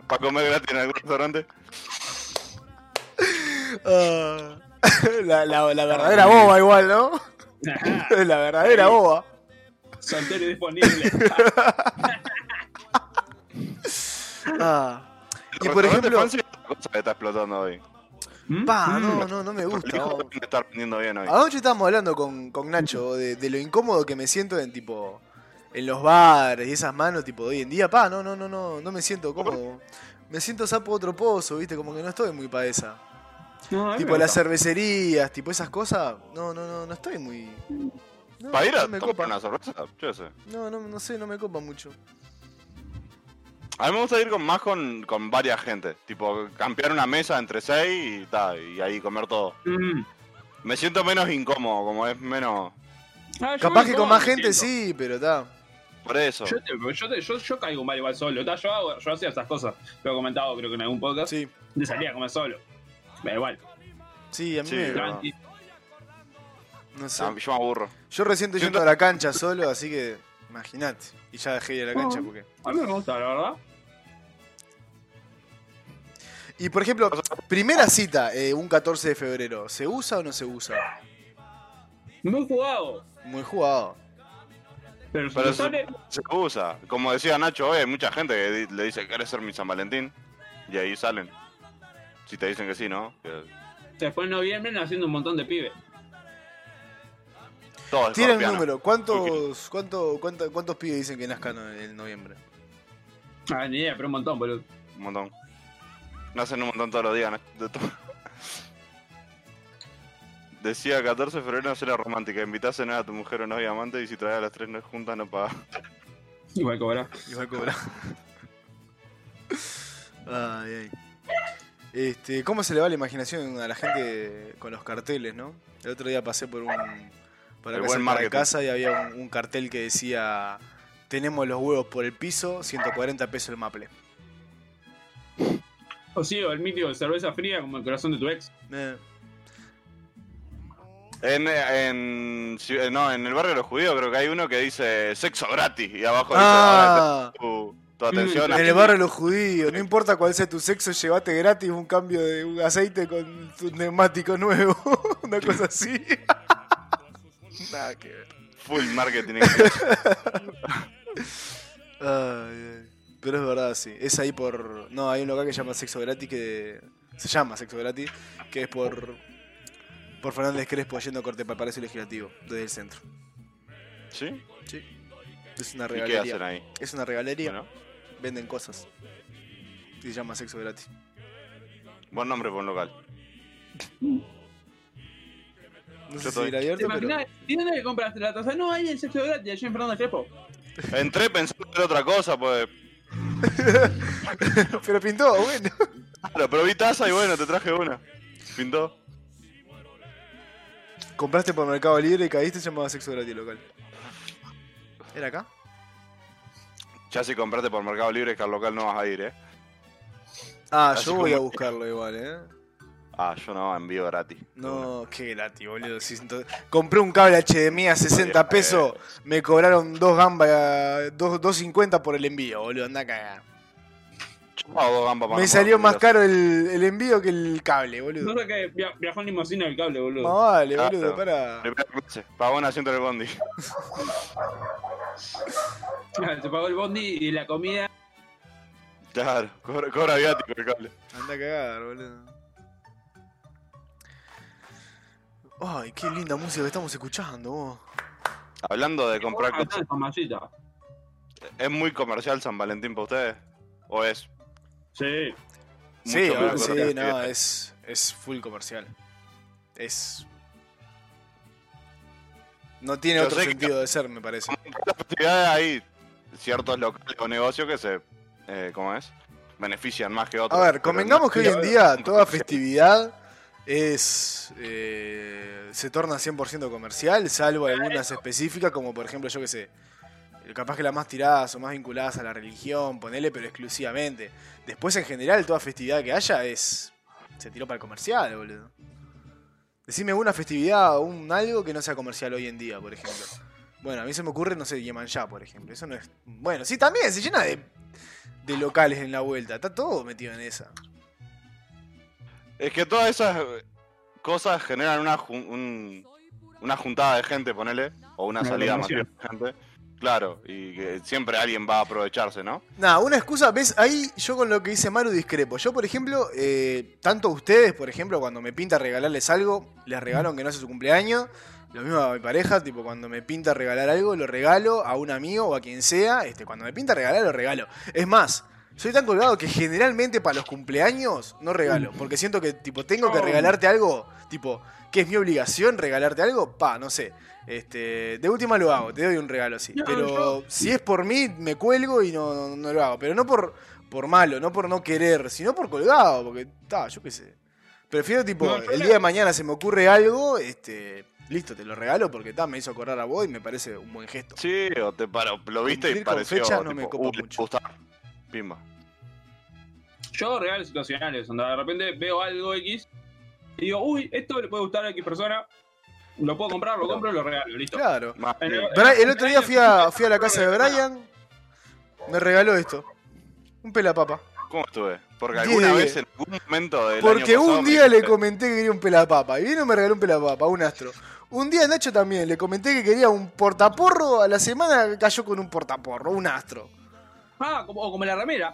S3: ¿Para comer gratis en algún restaurante?
S1: Ah. la, la- la verdadera boba igual, ¿no? La verdadera boba.
S2: Soltero y disponible.
S1: Ah. Y
S3: El
S1: por
S3: restaurante
S1: ejemplo,
S3: fancy es otra cosa que está explotando hoy.
S2: ¿Mm?
S1: pa,
S2: Mm.
S1: no, no, Ah, no me
S3: El
S1: gusta.
S3: hijo
S1: vos.
S3: también le está vendiendo bien hoy.
S1: Anoche estábamos hablando con, con Nacho de, de lo incómodo que me siento en tipo en los bares y esas manos tipo de hoy en día, pa, no, no, no, no, no me siento cómodo. Me siento sapo de otro pozo, viste, como que no estoy muy pa' esa.
S2: No, a mí
S1: Tipo
S2: me
S1: las
S2: gusta.
S1: cervecerías, tipo esas cosas, no, no, no, no estoy muy. No,
S3: ¿Para ir a
S1: no me
S3: tomar
S1: copa.
S3: una cerveza? Yo sé.
S1: No, no, no sé, no me copa mucho.
S3: A mí me gusta ir con, más con, con varias gente. Tipo, campear una mesa entre seis y, ta, y ahí comer todo.
S2: Mm.
S3: Me siento menos incómodo, como es menos.
S2: Ah, yo
S1: Capaz
S2: voy
S1: que
S2: solo,
S1: con más
S2: me
S1: gente
S2: siento.
S1: sí, pero está.
S3: Por eso.
S2: Yo, te- yo, te- yo, yo caigo mal igual solo. ta, Yo, hago, yo hacía esas cosas. Lo he comentado, creo que en algún podcast.
S1: Sí,
S2: De salir a comer solo. Me da igual.
S1: sí, a mí
S3: Sí,
S1: me-
S3: claro.
S2: Tranqui.
S1: no sé.
S3: Ah, yo me aburro.
S1: Yo recién estoy yendo
S3: Siento-
S1: a la cancha solo, así que imagínate. Y ya dejé ir a la cancha
S2: Ah.
S1: porque.
S2: A mí me gusta, la verdad.
S1: Y por ejemplo, primera cita, eh, un 14 de febrero, ¿se usa o no se usa?
S2: Muy jugado.
S1: Muy jugado.
S2: Pero si
S3: Pero
S2: te
S3: eso-
S2: sale,
S3: Se usa. Como decía Nacho hoy, hay mucha gente que di- le dice, ¿querés ser mi San Valentín? Y ahí salen. Si te dicen que sí, ¿no? Que-
S2: después en noviembre naciendo un montón de pibes.
S3: Todo es
S1: Tienen
S3: escorpiano.
S1: número, ¿cuántos, cuánto, cuánta- cuántos pibes dicen que nazcan en noviembre?
S2: Ah, ni idea, pero un montón, boludo.
S3: Un montón. Nacen un montón todos los días. ¿no? De to- Decía 14 de febrero no será romántica. Invitás a cenar a tu mujer o novia amante y si traes a las tres no juntas no pagas.
S2: Igual cobrar.
S1: Igual cobra. ay, ay. Este, ¿Cómo se le va la imaginación a la gente con los carteles, no? El otro día pasé por un. Por
S3: El
S1: acá
S3: buen
S1: cerca de
S3: marketing.
S1: casa y había un, un cartel que decía: Tenemos los huevos por el piso, 140 pesos el maple.
S2: O sí, o el mítico de cerveza fría como el corazón de tu ex.
S1: Eh,
S3: En, en, ci- eh, no, en el barrio de los judíos creo que hay uno que dice sexo gratis y abajo dice,
S1: Ah.
S3: "Ahora tenés tu, Tu atención
S2: En
S3: a-
S1: En el barrio de los judíos, no importa cuál sea tu sexo, llevate gratis un cambio de un aceite con tu neumático nuevo. Una cosa así. Nada que ver.
S3: full marketing. inglés.
S1: Ay, ay. Pero es verdad, sí. Es ahí por. No, hay un local que se llama Sexo Gratis que. Se llama Sexo Gratis, que es por. Por Fernández Crespo yendo a corte para el Palacio Legislativo, desde el centro.
S3: ¿Sí?
S1: Sí. Es una
S3: ¿Y qué
S1: regalería.
S3: hacen ahí?
S1: Es una regalería.
S3: Bueno,
S1: Venden cosas. Y se llama Sexo Gratis.
S3: buen nombre, buen local.
S1: No sé
S3: Yo
S1: si
S3: todavía-
S1: seguirá
S2: ¿Te
S1: abierto, pero.
S2: imaginas? ¿Tienes dónde compraste la taza? No, ahí en el sexto gratis, allí en Fernando Crespo.
S3: Entré pensando en otra cosa, pues.
S1: Pero pintó, bueno.
S3: Claro, pero vi taza y bueno, te traje una. Pintó.
S1: Compraste por Mercado Libre y caíste y llamaba Sexo Gratis local. ¿Era acá?
S3: Ya si compraste por Mercado Libre, que al local no vas a ir, ¿eh?
S1: Ah,
S3: Así
S1: yo voy a
S3: como-
S1: buscarlo igual, eh.
S3: Ah, yo no, envío gratis.
S1: No, qué gratis, boludo. Si siento- Compré un cable HDMI a 60
S3: eh,
S1: pesos, me cobraron dos gambas, dos- 2.50 por el envío, boludo. Anda a cagar.
S3: Chao, dos gambas para
S1: Me
S3: no
S1: salió
S3: poder
S1: más
S3: comer.
S1: caro el, el envío que el cable, boludo.
S2: No sé que via- viajó en limosina el cable, boludo.
S1: Más vale,
S3: Claro.
S1: boludo, para.
S3: Primera clase. Pagó un asiento en el bondi.
S2: Se pagó el bondi y la comida.
S3: Claro, cobra, cobra viático el cable.
S1: Anda a cagar, boludo. Ay, qué linda música que estamos escuchando, vos.
S3: Hablando de comprar
S2: Ah,
S3: cosas,
S2: no, mamacita.
S3: ¿es muy comercial San Valentín para ustedes? ¿O es
S2: Sí.
S3: mucho
S1: Sí,
S3: más
S1: ah, sí,
S3: comercial?
S1: no, es, es full comercial. Es. No tiene
S3: Yo
S1: otro
S3: sé que-
S1: sentido de ser, me parece.
S3: las festividades hay ciertos locales o negocios que se, eh, ¿cómo es? Benefician más que otros.
S1: A ver,
S3: pero
S1: convengamos
S3: no-
S1: que hoy en día toda festividad es. eh, se torna 100% comercial, salvo algunas específicas, como por ejemplo, yo que sé. Capaz que las más tiradas o más vinculadas a la religión, ponele, pero exclusivamente. Después, en general, toda festividad que haya es. Se tiró para el comercial, boludo. Decime una festividad o un algo que no sea comercial hoy en día, por ejemplo. Bueno, a mí se me ocurre, no sé, Yemanjá, por ejemplo. Eso no es. Bueno, sí, también se llena de, de locales en la vuelta. Está todo metido en esa.
S3: Es que todas esas eh, cosas generan una, ju- un- una juntada de gente, ponele, o una
S2: Una
S3: salida más de
S2: aglomeración.
S3: gente. Claro, y que siempre alguien va a aprovecharse, ¿no?
S1: Nada, una excusa, ves, ahí yo con lo que dice Maru discrepo. Yo, por ejemplo, eh, tanto ustedes, por ejemplo, cuando me pinta regalarles algo, les regalo aunque no sea su cumpleaños. Lo mismo a mi pareja, tipo, cuando me pinta regalar algo, lo regalo a un amigo o a quien sea. Este, cuando me pinta regalar, lo regalo. Es más, soy tan colgado que generalmente para los cumpleaños no regalo. Porque siento que, tipo, tengo que
S2: No.
S1: regalarte algo, tipo, que es mi obligación regalarte algo, pa, no sé. Este, de última lo hago, te doy un regalo así.
S2: No,
S1: pero
S2: yo-
S1: si es por mí, me cuelgo y no, no, no lo hago. Pero no por, por malo, no por no querer, sino por colgado, porque ta, yo qué sé. Prefiero tipo,
S2: No, yo
S1: el
S2: le-
S1: día de mañana se me ocurre algo, este, listo, te lo regalo porque ta, me hizo acordar a vos y me parece un buen gesto.
S3: Sí, o te paro, lo viste
S1: Cumplir
S3: y
S1: con
S3: pareció,
S1: fechas no
S3: tipo,
S1: me copa
S3: "Uh, le
S1: mucho".
S3: gusta". Pimba.
S2: Yo regalos situacionales, onda, de repente veo algo X y digo, uy, esto le puede gustar a X persona, lo puedo comprar, lo compro, lo regalo, listo.
S1: Claro.
S3: Más
S2: En
S3: que-
S1: Bra- el otro día fui a, fui a la casa de Brian, me regaló esto. Un pelapapa.
S3: ¿Cómo estuve? Porque
S1: Diez
S3: alguna
S1: de
S3: vez
S1: diez.
S3: en algún momento del
S1: Porque
S3: año pasado
S1: un
S3: me
S1: día le
S3: dijiste,
S1: comenté que quería un pelapapa. Y vino y me regaló un pelapapa, un astro. Un día Nacho también le comenté que quería un portaporro. A la semana cayó con un portaporro, un astro.
S2: Ah, como, o como la remera.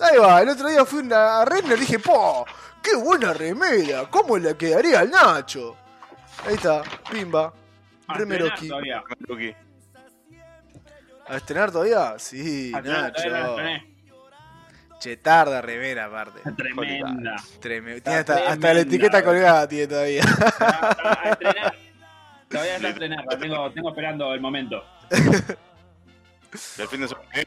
S1: Ahí va, el otro día fui a una- a Renner y dije, ¡po! ¡Qué buena remera! ¿Cómo le quedaría al Nacho? Ahí está, pimba.
S2: A
S1: Remeroki.
S2: estrenar todavía.
S3: "Luqui".
S1: ¿A estrenar todavía? Sí,
S2: A estrenar Ah, todavía,
S1: Nacho.
S2: la estrené.
S1: Che, tarda remera aparte.
S2: Tremenda.
S1: Tremendo.
S2: Está
S1: hasta, hasta la
S2: tremenda,
S1: etiqueta
S2: bro.
S1: colgada tiene todavía.
S2: A a estrenar. Ah, Todavía está a estrenar, la tengo, tengo esperando el momento.
S3: Del fin de semana. ¿eh?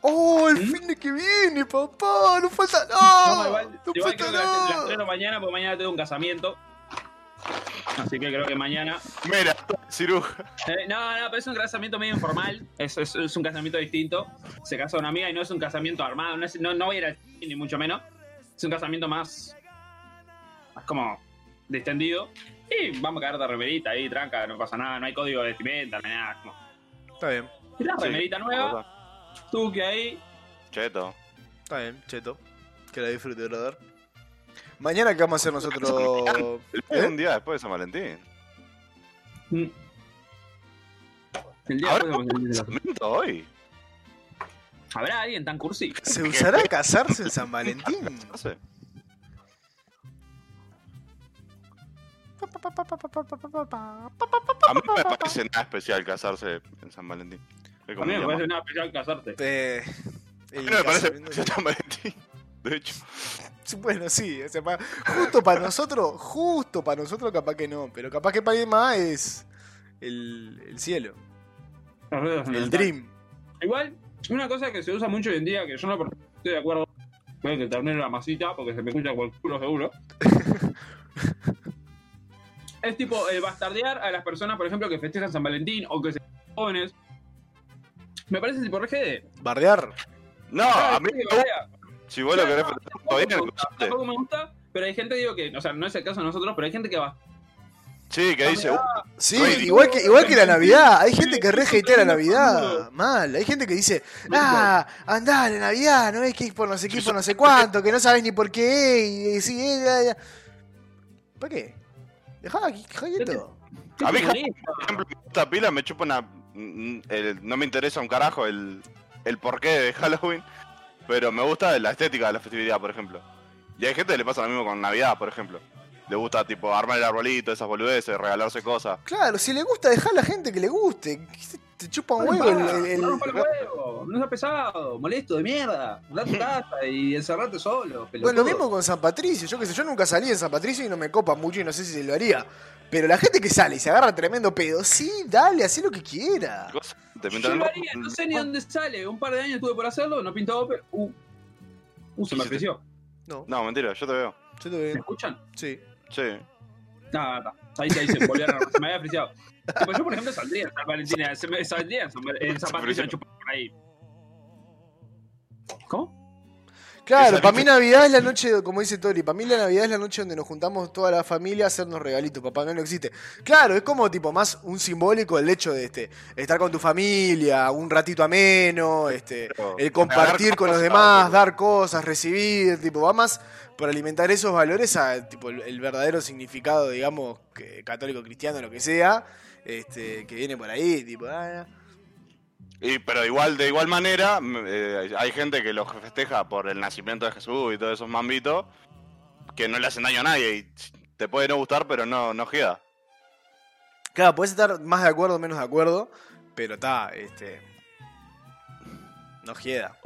S1: ¡Oh, el fin de que viene, papá! ¡No falta nada!
S2: ¿Mm? No,
S1: ¡No,
S2: igual, igual
S1: falta
S2: creo que la, la
S1: nada!
S2: estreno mañana, porque mañana tengo un casamiento. Así que creo que mañana.
S3: Mira, ciruja.
S2: Eh, no, no, pero es un casamiento medio informal. Es, es- es un casamiento distinto. Se casa una amiga y no es un casamiento armado. No, es- no, no voy a ir al cine, ni mucho menos. Es un casamiento más. más como. distendido. Y vamos a cagar de remerita ahí, tranca, no pasa nada. No hay código de vestimenta, no hay nada. Como,
S1: Está bien.
S2: y la
S3: Sí.
S2: remerita nueva. Tuki ahí.
S3: Cheto.
S1: Está bien, cheto. Que la disfrute, brother. Mañana, ¿qué vamos a hacer nosotros?
S3: El
S1: ¿Eh?
S3: Un día después de San Valentín.
S2: Mm. El día
S3: Ahora
S2: después de-
S3: Miento hoy.
S2: ¿Habrá alguien tan cursi?
S1: ¿Se usará casarse en San Valentín?
S3: No sé. A mí no me parece nada especial casarse en San Valentín. Es como
S2: A mí me
S3: un día
S2: parece
S3: más.
S2: una especial casarte.
S1: Eh, el
S3: A mí no me parece
S1: casamiento-
S3: especial San Valentín. De hecho,
S1: Bueno, sí, o sea, pa- justo para nosotros, justo para nosotros capaz que no, pero capaz que para alguien más es el, el cielo, el dream.
S2: Igual, una cosa que se usa mucho hoy en día, que yo no estoy de acuerdo, creo que termino la masita porque se me escucha con el culo seguro. es tipo eh, bastardear a las personas, por ejemplo, que festejan San Valentín o que se jóvenes. Me parece tipo RGD.
S1: Bardear.
S3: no, Ah, a mí me gusta. Si vos lo querés festejar todo bien,
S2: tampoco,
S3: acordate.
S2: tampoco me gusta, pero hay gente, digo que, o sea, no es el caso de nosotros, pero hay gente que va.
S3: Sí, que dice, uh,
S1: Sí,
S3: Oye,
S1: igual que, igual que la Navidad. Hay gente que re hatea la Navidad. Mal. Hay gente que dice, ah, andá, la Navidad, no ves que es por no sé qué, por no sé cuánto, que no sabes ni por qué. Y, y sí, eh, ya, ya". ¿Para qué? Dejá, dejá quieto.
S2: ¿Qué
S3: A
S2: te
S3: mí-
S2: molesta?
S3: por ejemplo, esta pila me chupa una. mm, el- no me interesa un carajo el, el porqué de Halloween, pero me gusta la estética de la festividad, por ejemplo. Y hay gente que le pasa lo mismo con Navidad, por ejemplo. Le gusta, tipo, armar el arbolito, esas boludeces, regalarse cosas.
S1: Claro, si le gusta, dejá a la gente que le guste. Que se- Te chupa un
S2: No
S1: huevo
S2: rompa-
S1: el- el-
S2: no
S1: el-
S2: rompa el huevo, no seas pesado, molesto de mierda. Andá a tu casa y encerrate solo.
S1: Bueno, lo
S2: pelotudo.
S1: mismo con San Patricio. Yo qué sé, yo nunca salí en San Patricio y no me copa mucho y no sé si se lo haría. Pero la gente que sale y se agarra tremendo pedo, sí, dale, hacé lo que quiera.
S3: Cosas. Te
S2: Yo
S3: pintan el
S2: lo
S3: rojo.
S2: haría, no sé ni dónde sale. Un par de años estuve por hacerlo, no pintaba, pero. Uh, uh, se me apreció.
S1: No,
S3: No, mentira, yo te veo.
S1: yo te veo.
S2: ¿Me escuchan?
S1: Sí.
S3: Sí.
S2: Nada, nada. Ahí te dicen, volvieron. Se me había apreciado. Tipo, yo, por ejemplo, saldría en San Valentín, eh, se me- saldría en San en San Patricio a chupar por ahí. ¿Cómo?
S1: Claro,
S3: Esa
S1: para mí
S3: noche-
S1: Navidad es la noche, como dice Tori, para mí la Navidad es la noche donde nos juntamos toda la familia a hacernos regalitos, papá Noel no existe. Claro, es como tipo más un simbólico el hecho de este, estar con tu familia, un ratito ameno, este,
S3: Pero-
S1: el compartir
S3: Regalar
S1: con los
S3: cosas,
S1: demás,
S3: boludo.
S1: dar cosas, recibir, tipo, va más por alimentar esos valores a tipo el, el verdadero significado, digamos, que- católico, cristiano, lo que sea, este, que viene por ahí, tipo, ah,
S3: Y, pero igual, de igual manera, m- eh, hay gente que lo festeja por el nacimiento de Jesús y todos esos mambitos que no le hacen daño a nadie. Y te puede no gustar, pero no, no queda.
S1: Claro, puedes estar más de acuerdo o menos de acuerdo, pero está, este. No queda.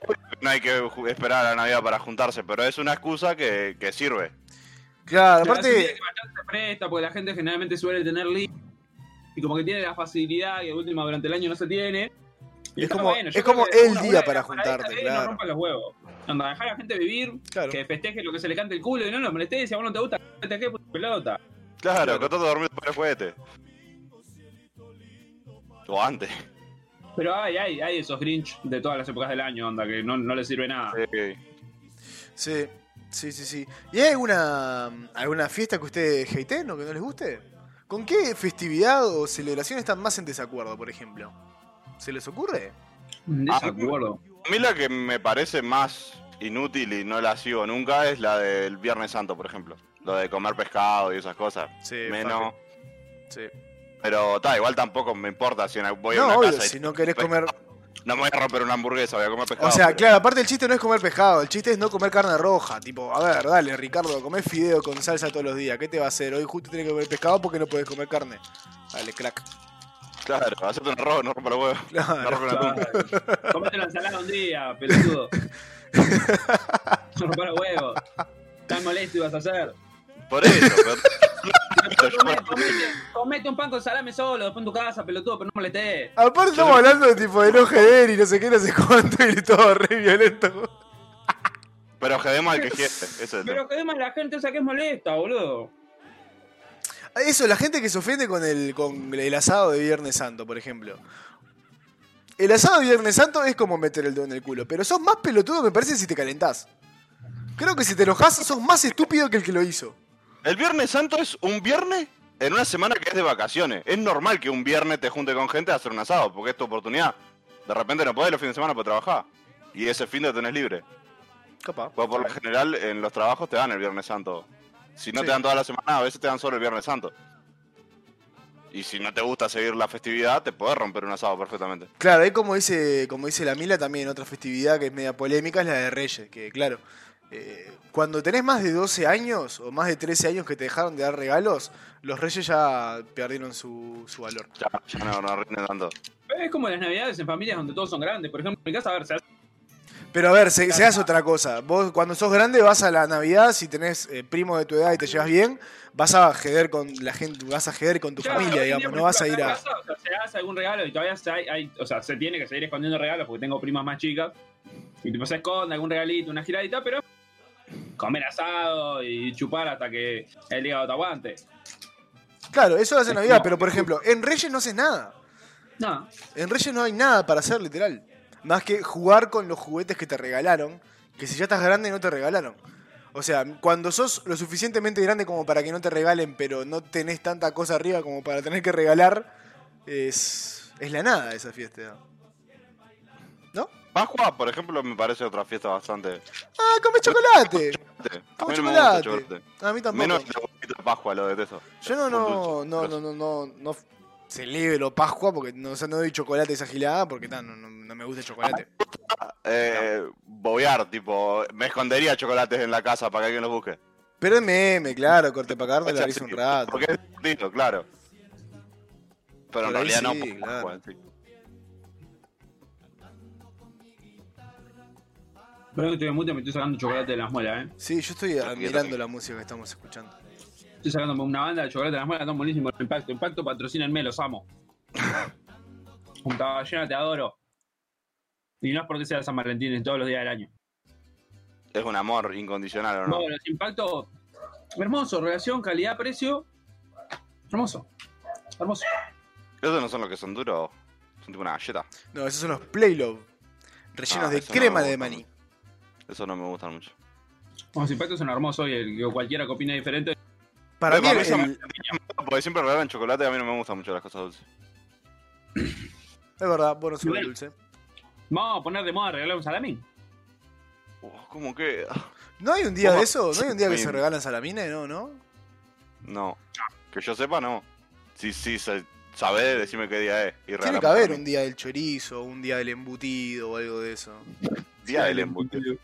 S3: No hay que ju- esperar a la Navidad para juntarse, pero es una excusa que, que sirve.
S1: Claro,
S2: Aparte.
S1: aparte.
S2: Que bastante presta, porque la gente generalmente suele tener li- Y como que tiene la facilidad que de última durante el año no se tiene. Y
S1: Es
S2: está
S1: como-
S2: bueno, yo
S1: es
S2: creo
S1: como
S2: que
S1: el
S2: una
S1: día
S2: buena
S1: para
S2: paradita
S1: juntarte,
S2: de
S1: claro.
S2: No rompan los huevos. Anda, dejar a la gente vivir,
S1: Claro.
S2: que festeje lo que se le cante el culo y no lo molestes. Si a vos no te gusta, festeje por pelota.
S3: Claro,
S1: Claro.
S3: con todo dormido para el juguete. O antes.
S2: Pero hay, hay, hay esos Grinch de todas las épocas del año, onda, que no, no les sirve nada.
S3: Sí.
S1: Sí, sí, sí, sí. ¿Y hay alguna, alguna fiesta que ustedes hateen o que no les guste? ¿Con qué festividad o celebración están más en desacuerdo, por ejemplo? ¿Se les ocurre?
S2: De
S3: Ah,
S2: eso me acuerdo.
S3: A mí la que me parece más inútil y no la sigo nunca es la del Viernes Santo, por ejemplo. Lo de comer pescado y esas cosas.
S1: Sí,
S3: Menos.
S1: Sí.
S3: Pero está, igual tampoco me importa si en- voy a
S1: No,
S3: una
S1: obvio,
S3: casa y
S1: si no querés comer.
S3: no me voy a romper una hamburguesa, voy a comer pescado.
S1: O sea,
S3: pero-
S1: claro, aparte el chiste no es comer pescado, el chiste es no comer carne roja. Tipo, a ver, dale, Ricardo, comés fideo con salsa todos los días. ¿Qué te va a hacer? Hoy justo tienes que comer pescado porque no puedes comer carne. Dale, crack.
S3: Claro, hacerte un arroz, no rompa los huevos.
S1: Claro.
S3: No rompa la tumba.
S2: Claro. Comete la ensalada un día, pelotudo. No rompa los huevos. Tan molesto ibas a hacer.
S3: Por eso, pero- yo-
S2: Comete, comete- comete un pan con salame solo, después en tu casa, pelotudo, pero no molestes.
S1: Aparte estamos hablando de tipo de no jeder y no sé qué, no sé cuánto, y todo re violento.
S3: Pero jedemos al que quiere, ese es el tema.
S2: Pero que además la gente, o sea, que es molesta, boludo.
S1: Eso, la gente que se ofende con el, con el asado de Viernes Santo, por ejemplo. El asado de Viernes Santo es como meter el dedo en el culo, pero sos más pelotudo, me parece, si te calentás. Creo que si te enojás, sos más estúpido que el que lo hizo.
S3: El Viernes Santo es un viernes en una semana que es de vacaciones. Es normal que un viernes te junte con gente a hacer un asado, porque es tu oportunidad. De repente no podés los fines de semana para trabajar. Y ese fin de tenés libre.
S1: Capaz.
S3: Porque Pues por lo general en los trabajos te dan el Viernes Santo. Si no
S1: Sí.
S3: te dan toda la semana, a veces te dan solo el Viernes Santo. Y si no te gusta seguir la festividad, te podés romper un asado perfectamente.
S1: Claro, ahí como dice, como dice la Mila, también otra festividad que es media polémica es la de Reyes, que claro, eh, cuando tenés más de 12 años o más de 13 años que te dejaron de dar regalos, los Reyes ya perdieron su, su valor.
S3: Ya, ya no, no rinde tanto.
S2: Pero es como las navidades en familias donde todos son grandes. Por ejemplo, en mi casa, a ver, se hace-
S1: Pero a ver, se, se hace otra cosa. Vos cuando sos grande vas a la Navidad, si tenés eh, primo de tu edad y te llevas bien, vas a jeder con la gente, vas a jeder con tu
S2: ya, hoy
S1: familia,
S2: en día,
S1: digamos,
S2: por
S1: no vas a ir
S2: ejemplo,
S1: a...
S2: acá en casa, o sea, se hace algún regalo y todavía se hay, hay- o sea, se tiene que seguir escondiendo regalos porque tengo primas más chicas. Y tipo, se esconde algún regalito, una giradita, pero comer asado y chupar hasta que el hígado te aguante.
S1: Claro, eso lo hace en Navidad,
S2: No.
S1: pero por ejemplo, en Reyes no haces nada.
S2: No,
S1: En Reyes no hay nada para hacer, literal. Más que jugar con los juguetes que te regalaron, que si ya estás grande no te regalaron. O sea, cuando sos lo suficientemente grande como para que no te regalen, pero no tenés tanta cosa arriba como para tener que regalar, es, es la nada esa fiesta. ¿No?
S3: Pascua, por ejemplo, me parece otra fiesta bastante.
S1: ¡Ah, come chocolate!
S3: A
S1: ¡Come
S3: mí no me gusta el
S1: chocolate!
S3: chocolate.
S1: A mí tampoco.
S3: Menos el huevito de Pascua, lo detesto.
S1: Yo no, no,
S3: Con
S1: no, no,
S3: dulce.
S1: no, no, no celebro Pascua porque no, o sea, no doy chocolate esa gilada porque ta, no, no- no me gusta el chocolate.
S3: Eh, bobear, tipo, me escondería chocolates en la casa para que alguien los busque.
S1: Pero es meme, claro, corte para carne,
S3: O sea,
S1: la risa un
S3: sí,
S1: rato.
S3: Porque es divertido, claro. Pero en
S1: Por ahí
S3: realidad no,
S1: sí,
S3: por
S1: claro.
S3: Pascua, sí.
S2: pero que estoy en mute, me estoy sacando chocolate de las muelas, ¿eh?
S1: Sí, yo estoy admirando
S3: también.
S1: la música que estamos escuchando.
S2: Estoy sacándome una banda de chocolate de las muelas, están buenísimos. Impacto, impacto, patrocínenme, los amo. Punta Ballena, te adoro. Y no es porque sea San Valentín, es todos los días del año.
S3: Es un amor incondicional, ¿o no?
S2: Bueno, los impactos, hermoso, relación, calidad, precio. Hermoso. Hermoso.
S3: Esos no son los que son duros. Son tipo una galleta.
S1: No, esos son los Playlove, rellenos
S3: Ah,
S1: de
S3: eso no
S1: crema
S3: me
S1: de
S3: gusta
S1: maní.
S3: Esos no me gustan mucho.
S2: Los impactos son hermosos y el, que cualquiera que opine diferente.
S1: Para
S3: Pero
S1: mí, el-
S3: para mí son-
S1: el-
S3: Porque siempre regalan chocolate y a mí no me gustan mucho las cosas dulces.
S1: es verdad, bueno, sube
S2: Bueno.
S1: dulce.
S2: Vamos a poner de moda regalar un salamín.
S3: Uf, ¿Cómo queda?
S1: ¿No hay un día de
S3: ¿Cómo?
S1: eso? ¿No hay un día que
S3: Sí.
S1: se regalan salamines? No, ¿no?
S3: No. Que yo sepa, no. Si, si, se sabe, decime qué día es. Y
S1: Tiene
S3: regálame
S1: que haber
S3: para
S1: un
S3: mí.
S1: día del chorizo, un día del embutido o algo de eso.
S3: día del embutido.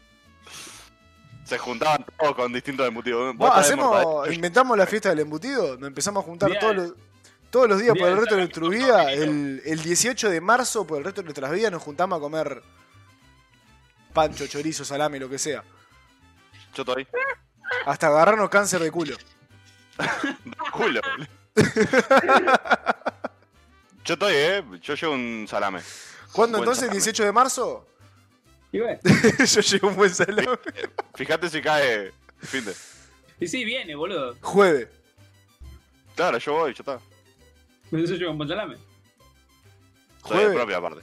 S3: Se juntaban todos con distintos embutidos.
S1: Bueno,
S3: Vos traes
S1: hacemos,
S3: mortadela, yo-
S1: inventamos la fiesta del embutido, nos empezamos a juntar
S2: Día
S1: todos
S2: del-
S1: los, todos los días
S2: Día
S1: por el
S2: del
S1: resto de nuestra
S2: salamín
S1: vida,
S2: con
S1: el, el 18 de marzo por el resto de nuestras vidas nos juntamos a comer pancho, chorizo, salame, lo que sea,
S3: Yo estoy.
S1: hasta agarrarnos cáncer de culo.
S3: Culo. yo estoy, eh. Yo llevo un salame.
S1: ¿Cuándo
S3: Buen
S1: entonces?
S3: salame.
S1: ¿18 de marzo?
S2: Y bueno,
S1: Yo llevo un buen salame.
S3: Fíjate si cae. Fin de.
S2: y sí, viene, boludo.
S1: Jueves.
S3: Claro, yo voy, yo está.
S2: Eso yo con salame.
S3: Estoy de
S1: Jueves.
S3: propia aparte.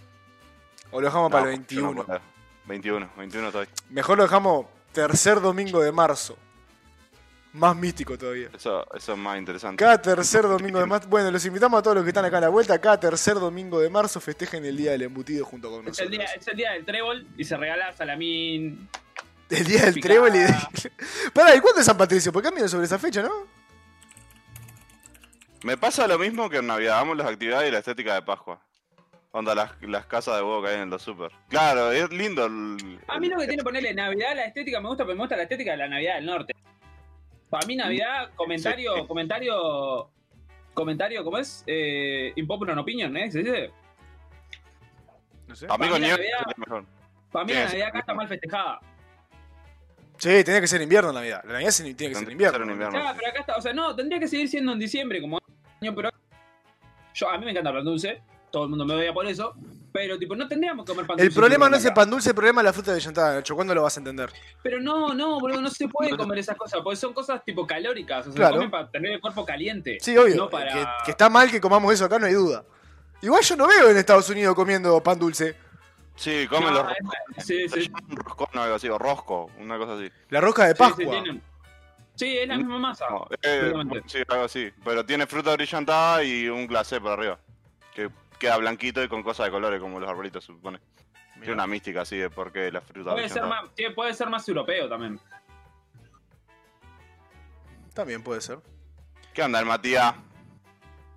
S1: O lo dejamos para el
S3: No, yo no
S1: 21.
S3: puedo. 21, 21 estoy.
S1: Mejor lo dejamos tercer domingo de marzo. Más místico todavía.
S3: Eso, eso es más interesante.
S1: Cada tercer domingo de marzo. Bueno, los invitamos a todos los que están acá a la vuelta. Cada tercer domingo de marzo festejen el Día del Embutido junto con
S2: Es el,
S1: nosotros.
S2: día, es el día del trébol y se regala salamín.
S1: El día del
S2: Picada.
S1: trébol y de... Pará, ¿y cuándo es San Patricio? Porque cambian sobre esa fecha, ¿no?
S3: Me pasa lo mismo que en Navidad, amo las actividades y la estética de Pascua. Onda, las, las casas de huevo que hay en los super. Claro, es lindo el-
S2: A mí lo que tiene ponerle Navidad, la estética me gusta, pero me gusta la estética de la Navidad del Norte. Para mí Navidad, comentario,
S3: Sí.
S2: comentario, comentario, ¿cómo es? Eh, impopular opinion, ¿eh? ¿Se dice?
S1: No sé.
S3: el- A mí
S2: Para
S3: con
S2: mí la
S3: nieve
S2: Navidad-
S3: es mejor.
S2: Para mí la
S3: Sí, sí.
S2: Navidad acá está mal festejada.
S1: Sí, tenía que ser invierno la Navidad. La Navidad se- tiene que ser
S3: Tendría
S1: invierno.
S3: que ser en invierno.
S2: Ya, pero acá está, o sea, no, tendría que seguir siendo en diciembre como año, pero yo a mí me encanta el pan dulce, todo el mundo me odia por eso, pero tipo no tendríamos que comer pan
S1: El
S2: dulce
S1: problema
S2: siempre
S1: no es el
S2: acá.
S1: pan dulce, el problema es la fruta de llantada, Nacho. ¿Cuándo lo vas a entender?
S2: Pero no, no, boludo, no se puede comer esas cosas, porque son cosas tipo calóricas, o sea,
S1: Claro.
S2: se comen para tener el cuerpo caliente.
S1: Sí, obvio. eh,
S2: No para-
S1: que, que está mal que comamos eso acá, no hay duda. Igual yo no veo en Estados Unidos comiendo pan dulce.
S3: Sí, comen
S2: No, eh.
S3: los roscos.
S2: Ah, es- sí,
S3: Se
S2: sí,
S3: llama un roscón o algo así, o rosco, una cosa así.
S1: La rosca de
S2: Sí, sí,
S1: Pascua.
S2: tienen- Sí, es la misma masa.
S3: No, eh,
S2: Ah, Seguramente.
S3: sí, algo así. Pero tiene fruta brillantada y un glacé por arriba. Que queda blanquito y con cosas de colores como los arbolitos, se supone. Tiene
S4: Mirá.
S3: una mística así de por qué la fruta.
S2: Puede
S3: brilla
S2: ser,
S3: en rojo.
S2: más, sí, puede ser más europeo también.
S1: También puede ser.
S3: ¿Qué onda, el Matías?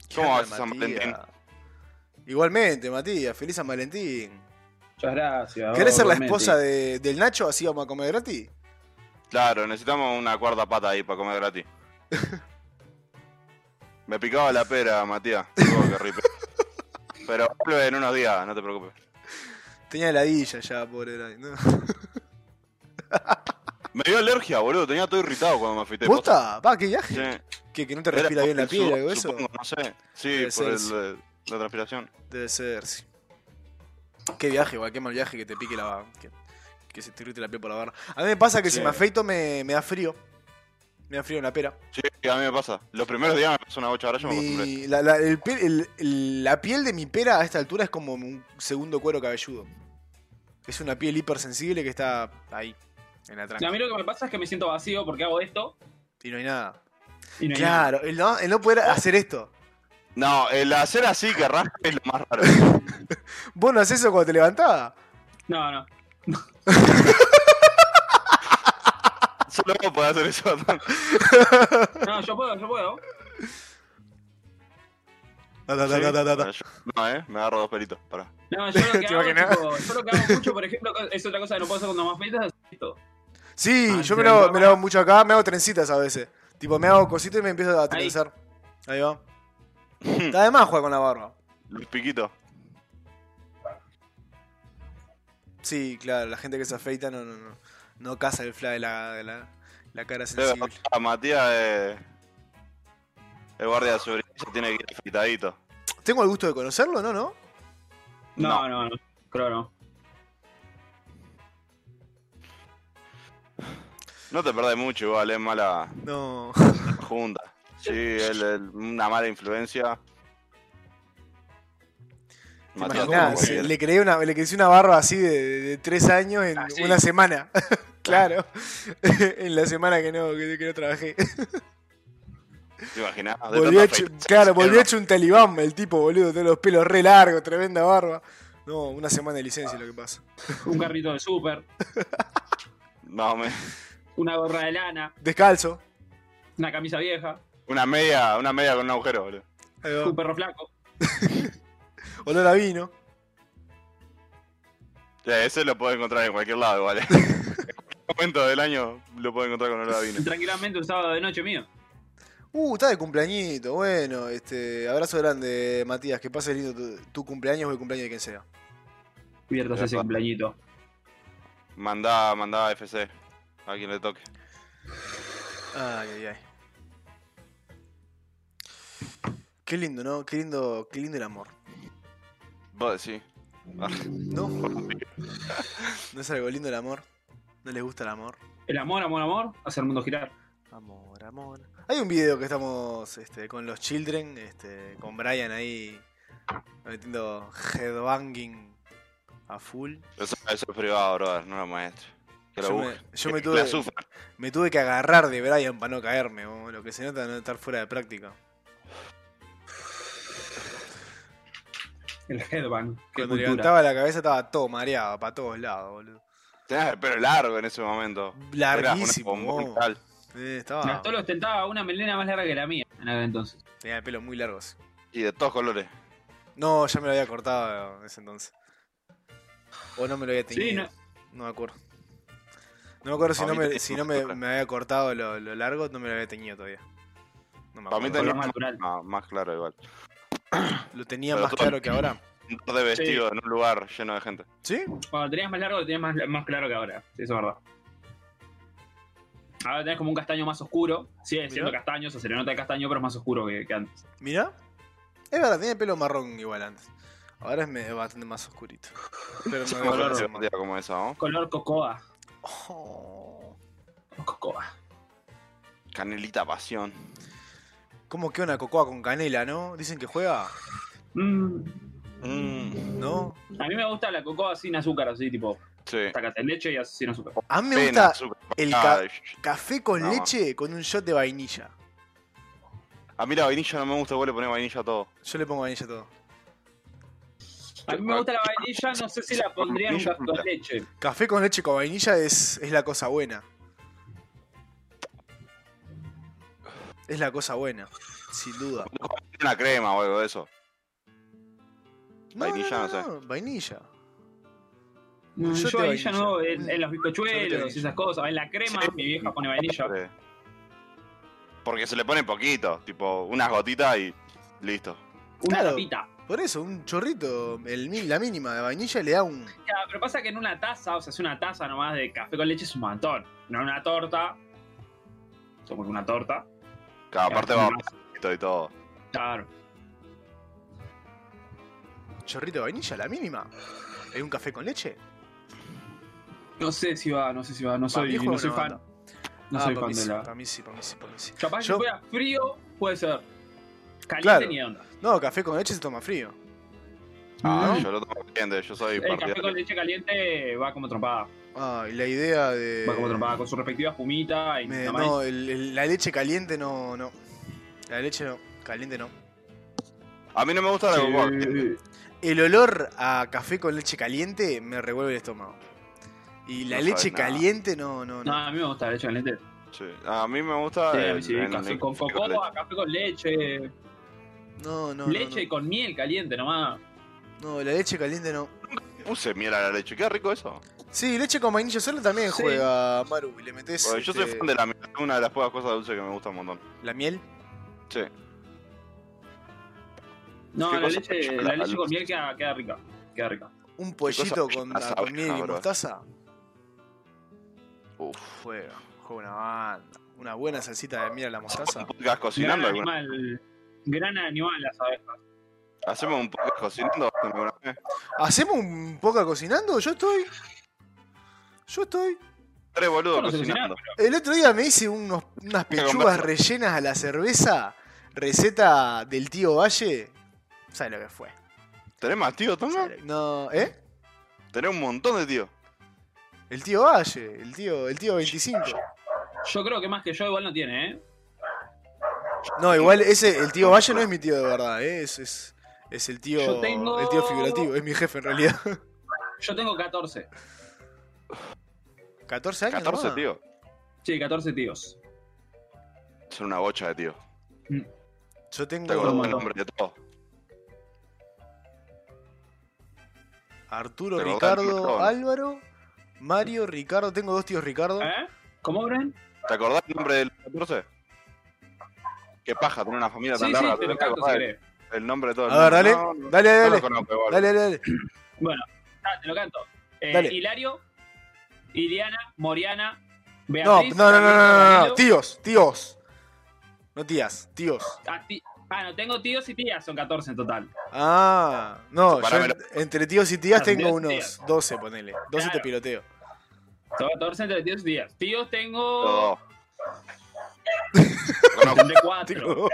S4: ¿Qué
S3: ¿Cómo
S4: onda,
S3: vas a San
S4: Matías?
S3: Valentín?
S1: Igualmente, Matías, feliz San Valentín.
S5: Muchas
S2: Ah,
S5: gracias.
S1: ¿Querés ser la
S5: obviamente.
S1: esposa de- del Nacho? Así vamos a comer gratis.
S3: Claro, necesitamos una cuarta pata ahí para comer gratis. Me picaba la pera, Matías. Oh, qué ripe. Pero vuelve en unos días, no te preocupes.
S1: Tenía heladilla ya, pobre. Dani, ¿no?
S3: Me dio alergia, boludo. Tenía todo irritado cuando me afeité. posta.
S1: ¿Posta? Va, qué viaje.
S3: Sí.
S1: Que, que no te
S3: Era
S1: respira
S3: por
S1: bien la
S3: el
S1: piel
S3: sudor,
S1: o algo de eso.
S3: supongo, no sé. Sí,
S1: Debe
S3: por
S1: ser
S3: el,
S1: eso.
S3: eh, la transpiración.
S1: Debe ser, sí. Qué viaje, igual, qué mal viaje que te pique la barba. Que, que se te irrite la piel por la barba. A mí me pasa que si
S3: Sí.
S1: me afeito me, me da frío. Me da frío en la pera.
S3: Sí, a mí me pasa. Los primeros días me pasó una bocha, ahora yo me acostumbré.
S1: Mi- la, la- el piel- el- el- la piel de mi pera a esta altura es como un segundo cuero cabelludo. Es una piel hipersensible que está ahí, en la
S2: No,
S1: tranca.
S2: a mí lo que me pasa es que me siento vacío porque hago esto
S1: Y no hay nada.
S2: y no hay nada.
S1: Claro, el no, el no poder hacer esto.
S3: No, el hacer así que rasca es lo más raro.
S1: ¿Vos no haces eso cuando te levantás?
S2: No, no.
S3: Solo vos podés hacer eso.
S2: No, yo puedo, yo puedo.
S1: Ta, ta, ta, ta, ta, ta, ta.
S3: Yo- No, eh, me agarro dos pelitos. Pará.
S2: No, yo lo
S1: ¿Te
S2: que hago,
S1: imaginas?
S2: tipo, yo lo que hago mucho, por ejemplo, es otra cosa que no puedo hacer cuando más feliz, es hacer esto.
S1: Sí,
S2: Ah,
S1: yo
S2: sí,
S1: me lo,
S2: ahí va.
S1: me lo hago mucho acá, me hago trencitas a veces. Tipo, me hago cositas y me empiezo a trenzar. Ahí va. Está de más jugar con la barba.
S3: Los piquitos.
S1: Sí, claro, la gente que se afeita no, no, no, no caza el fla de la, de la, la cara
S3: Debe
S1: sensible.
S3: matar a Matías eh, el guardia de seguridad tiene que ir afeitadito.
S1: Tengo el gusto de conocerlo, ¿no? ¿No?
S2: No, no, no. Creo no.
S3: No te perdés mucho igual, es mala
S1: No.
S3: junta. Sí, él es una mala influencia. Matías,
S1: Imaginá,
S3: ¿cómo
S1: se-
S3: que-
S1: le creé una, le crecí una barba así de, de- de tres años en
S2: Ah, sí.
S1: una semana. claro. en la semana que no, que, que no trabajé.
S3: ¿Te imaginás? De
S1: Volvió
S3: tanto
S1: hecho,
S3: afeitarse,
S1: claro,
S3: era
S1: volvió
S3: una-
S1: hecho un talibán el tipo, boludo. Todos los pelos re largos, tremenda barba. No, una semana de licencia es lo que pasa.
S2: Un carrito de súper,
S3: No, me-
S2: una gorra de lana,
S1: Descalzo.
S2: una camisa vieja,
S3: una media, una media con un agujero, boludo.
S1: Ahí va.
S2: un perro flaco.
S1: Olor a vino.
S3: Ya, ese lo puedes encontrar en cualquier lado, igual. en cualquier momento del año lo puedes encontrar con olor a vino.
S2: Tranquilamente un sábado de noche mío.
S1: Uh, está de cumpleañito. Bueno, este abrazo grande, Matías. Que pases lindo tu, tu cumpleaños o el cumpleaños de quien sea.
S2: Cubiertos ese
S3: Epa.
S2: cumpleañito.
S3: Mandá, mandá a FC, a quien le toque.
S1: Ay, ay, ay. Qué lindo, ¿no? Qué lindo, qué lindo el amor.
S3: Vos decís.
S1: ¿No? ¿No es algo lindo el amor? ¿No les gusta el amor?
S2: El amor, amor, amor, hace el mundo girar.
S1: Amor, amor. Hay un video que estamos este, con los children, este, con Brian ahí metiendo headbanging a full.
S3: Eso, eso es privado, brother, no lo muestre. Que lo
S1: Yo me,
S3: busquen.
S1: yo me
S3: Que la
S1: tuve,
S3: sufran.
S1: me tuve que agarrar de Brian para no caerme, bo, lo que se nota no estar fuera de práctica.
S2: El headband. Qué
S1: Cuando
S2: cultura.
S1: levantaba la cabeza estaba todo mareado, para todos lados, boludo.
S3: Tenías el pelo largo en ese momento. Eras una
S1: Larguísimo.
S3: bombón
S1: bo.
S3: tal.
S1: Eh, estaba.
S2: Gastón ostentaba una melena más larga que la mía en aquel entonces.
S1: Tenía el pelo muy largo. sí.
S3: Y de todos colores.
S1: No, ya me lo había cortado en ese entonces. O no me lo había tenido.
S2: Sí,
S1: no...
S2: no-
S1: me acuerdo. No me acuerdo si
S3: Pa'
S1: no
S3: mí
S1: me,
S3: tenía
S1: si
S3: una
S1: no me,
S3: corta.
S1: me había cortado lo, lo largo, no me lo había teñido todavía. No me
S3: Para mí
S1: acuerdo.
S3: tenía
S2: Color
S3: más,
S2: natural.
S3: más- más claro igual.
S1: Lo tenía
S3: pero
S1: más
S3: todo-
S1: claro que ahora.
S3: Un par de vestido en un lugar lleno de gente.
S1: ¿Sí?
S2: Cuando lo tenías más largo, lo tenías más, más claro que ahora. Sí, eso es verdad. Ahora tenés como un castaño más oscuro. Sigue siendo
S1: Mirá.
S2: castaño, o sea, se le nota el castaño, pero es más oscuro que, que antes.
S1: Mira. Es verdad, tenía pelo marrón igual antes. Ahora es me- bastante más oscurito. Pero
S3: Yo
S1: no
S3: me acuerdo
S1: acuerdo
S3: de
S1: si-
S3: un día como esa, ¿no?
S2: Color cocoa.
S1: Oh,
S2: Cocoa.
S3: Canelita pasión.
S1: ¿Cómo que una cocoa con canela, no? Dicen que juega,
S2: Mm.
S3: Mm,
S1: ¿no?
S2: A mí me gusta la cocoa sin azúcar, así tipo,
S3: sí.
S2: sacate leche y así sin azúcar.
S1: A mí me
S3: Pena,
S1: gusta
S3: azúcar.
S1: el
S3: Ah,
S1: ca- café con
S3: No.
S1: leche con un shot de vainilla.
S3: Ah, A mí la vainilla no me gusta, vos le ponés vainilla a todo.
S1: Yo le pongo vainilla a todo.
S2: A mí me gusta la vainilla, no sé si la pondría en un café con leche.
S1: Café con leche con vainilla es, es la cosa buena. Es la cosa buena, sin duda.
S3: Una crema o algo de eso. Vainilla, no sé.
S1: Vainilla.
S2: No,
S1: Yo
S2: yo
S1: te
S2: vainilla
S1: vainilla.
S2: no, en, en los
S1: Yo te
S2: bizcochuelos,
S1: vainilla.
S2: esas cosas, en la crema,
S3: Sí.
S2: mi vieja pone vainilla.
S3: Porque- Porque se le pone poquito, tipo unas gotitas y listo.
S2: Una
S1: Claro.
S2: tapita.
S1: Por eso, un chorrito, el, mi- la mínima de vainilla le da un.
S2: Ya, pero pasa que en una taza, o sea, es una taza nomás de café con leche es un montón. No en una torta. Esto porque una torta.
S3: Cada parte
S2: es
S3: va
S2: un
S3: poquito y todo.
S2: Claro.
S1: ¿Chorrito de vainilla, la mínima? ¿Es un café con leche?
S2: No sé si va, no sé si va, no
S1: Para mí
S2: soy,
S1: juega
S2: no soy
S1: una
S2: fan.
S1: banda.
S2: No
S1: Ah,
S2: soy
S1: para
S2: fan
S1: mí
S2: de
S1: sí,
S2: la.
S1: para mí sí, para mí sí, para mí sí.
S2: Capaz
S1: Yo-
S2: que fuera frío, puede ser. Caliente
S1: Claro.
S2: ni onda.
S1: No, café con leche se toma frío.
S3: Ah,
S2: Mm.
S3: yo lo tomo caliente, yo soy
S2: El café con
S3: partidario.
S2: leche caliente va como trompada.
S1: Ah, y la idea de.
S2: Va como trompada, con su respectiva espumita y
S1: Eh, Me-
S2: nada más.
S1: no, el- el- la leche caliente no, no. La leche no, caliente no.
S3: A mí no me gusta la coca
S2: Eh,
S1: El olor a café con leche caliente me revuelve el estómago. Y la
S3: No
S1: leche
S3: sabes nada.
S1: caliente no, no,
S2: No,
S1: no.
S2: a mí me gusta la leche caliente.
S3: Sí, A mí me gusta.
S2: Sí, a mí
S3: el-
S2: sí,
S3: el-
S2: café
S3: el-
S2: con
S3: café
S2: cocoa,
S3: leche.
S2: café con leche,
S1: No, no, no.
S2: leche
S1: no.
S2: con miel caliente nomás.
S1: No, la leche caliente no.
S3: Puse miel a la leche, qué rico eso.
S1: Sí, leche con vainilla sola también
S2: Sí.
S1: juega Maru. Y le metes
S3: Porque yo soy fan de la miel, es una de las pocas cosas dulces que me gusta un montón.
S1: la miel.
S3: Sí.
S2: No,
S3: ¿Qué
S2: la
S3: cosa?
S2: leche,
S3: La-
S2: la leche con
S3: la-
S2: miel queda, queda rica. Queda rica.
S1: Un pollito
S3: cosa
S1: con,
S3: más
S1: con miel y
S3: sabrosa, bro.
S1: mostaza.
S3: Uf.
S1: Juega, juega una banda. Una buena salsita de miel a la mostaza.
S3: Un podcast
S2: Gran
S3: cocinando alguna
S2: animal, gran animal las abejas.
S3: Hacemos un podcast cocinando alguna vez.
S1: ¿Hacemos un poco cocinando? Yo estoy. Yo estoy.
S3: Tres boludos
S2: Yo no sé
S3: cocinando.
S1: El otro día me hice unos- unas
S3: Venga,
S1: pechugas
S3: conversa.
S1: rellenas a la cerveza. Receta del tío Valle. ¿Sabes lo que fue?
S3: ¿Tenés más tío, Tonga?
S1: ¿Sabe lo- No, ¿eh?
S3: Tenés un montón de tíos.
S1: El tío Valle, el tío, el tío 25.
S2: Yo creo que más que yo igual no tiene, ¿eh?
S1: No, igual ese, el tío Valle no es mi tío de verdad, ¿eh? es, es, es el tío.
S2: Yo tengo-
S1: El tío figurativo, es mi jefe en realidad.
S2: Yo tengo 14.
S1: 14 años.
S3: 14
S1: nomás.
S3: tíos.
S2: Sí, 14 tíos.
S3: Son una bocha de tíos.
S1: Yo
S3: Te acordás el
S1: tengo
S2: montón.
S3: nombre de todos.
S1: Arturo,
S3: Te acordás del
S1: Ricardo,
S3: montón.
S1: Álvaro, Mario, Ricardo, tengo dos tíos Ricardo.
S2: ¿Eh? ¿Cómo, Bren?
S3: ¿Te acordás el nombre del 14? Qué paja tener una familia tan
S2: Sí, sí,
S3: larga.
S2: te lo
S3: tenés que
S2: canto si
S3: acordar
S2: querés.
S3: El nombre de todo el
S1: A ver,
S3: mundo.
S1: dale,
S3: No, no,
S1: dale,
S3: no
S1: dale,
S3: lo conozco igual.
S1: dale, dale,
S2: Bueno, ah, te lo canto. Eh,
S1: Dale.
S2: Hilario, Iliana, Moriana,
S1: No,
S2: Beatriz.
S1: no, no, no, no, no, no,
S2: Camilo.
S1: no, tíos, tíos. No tías, tíos.
S2: Ah, ti- ah, no, tengo tíos y tías, son 14 en total.
S1: Ah, no, yo
S3: Separámelo.
S1: en- entre tíos y tías
S2: Ah,
S1: tengo
S2: tíos y
S1: unos
S2: tías.
S1: 12, ponele. 12 te
S2: Claro.
S1: piloteo.
S2: Son 14 entre tíos y tías. Tíos tengo
S3: Todo. Conozco-
S2: de 4.
S1: Tío.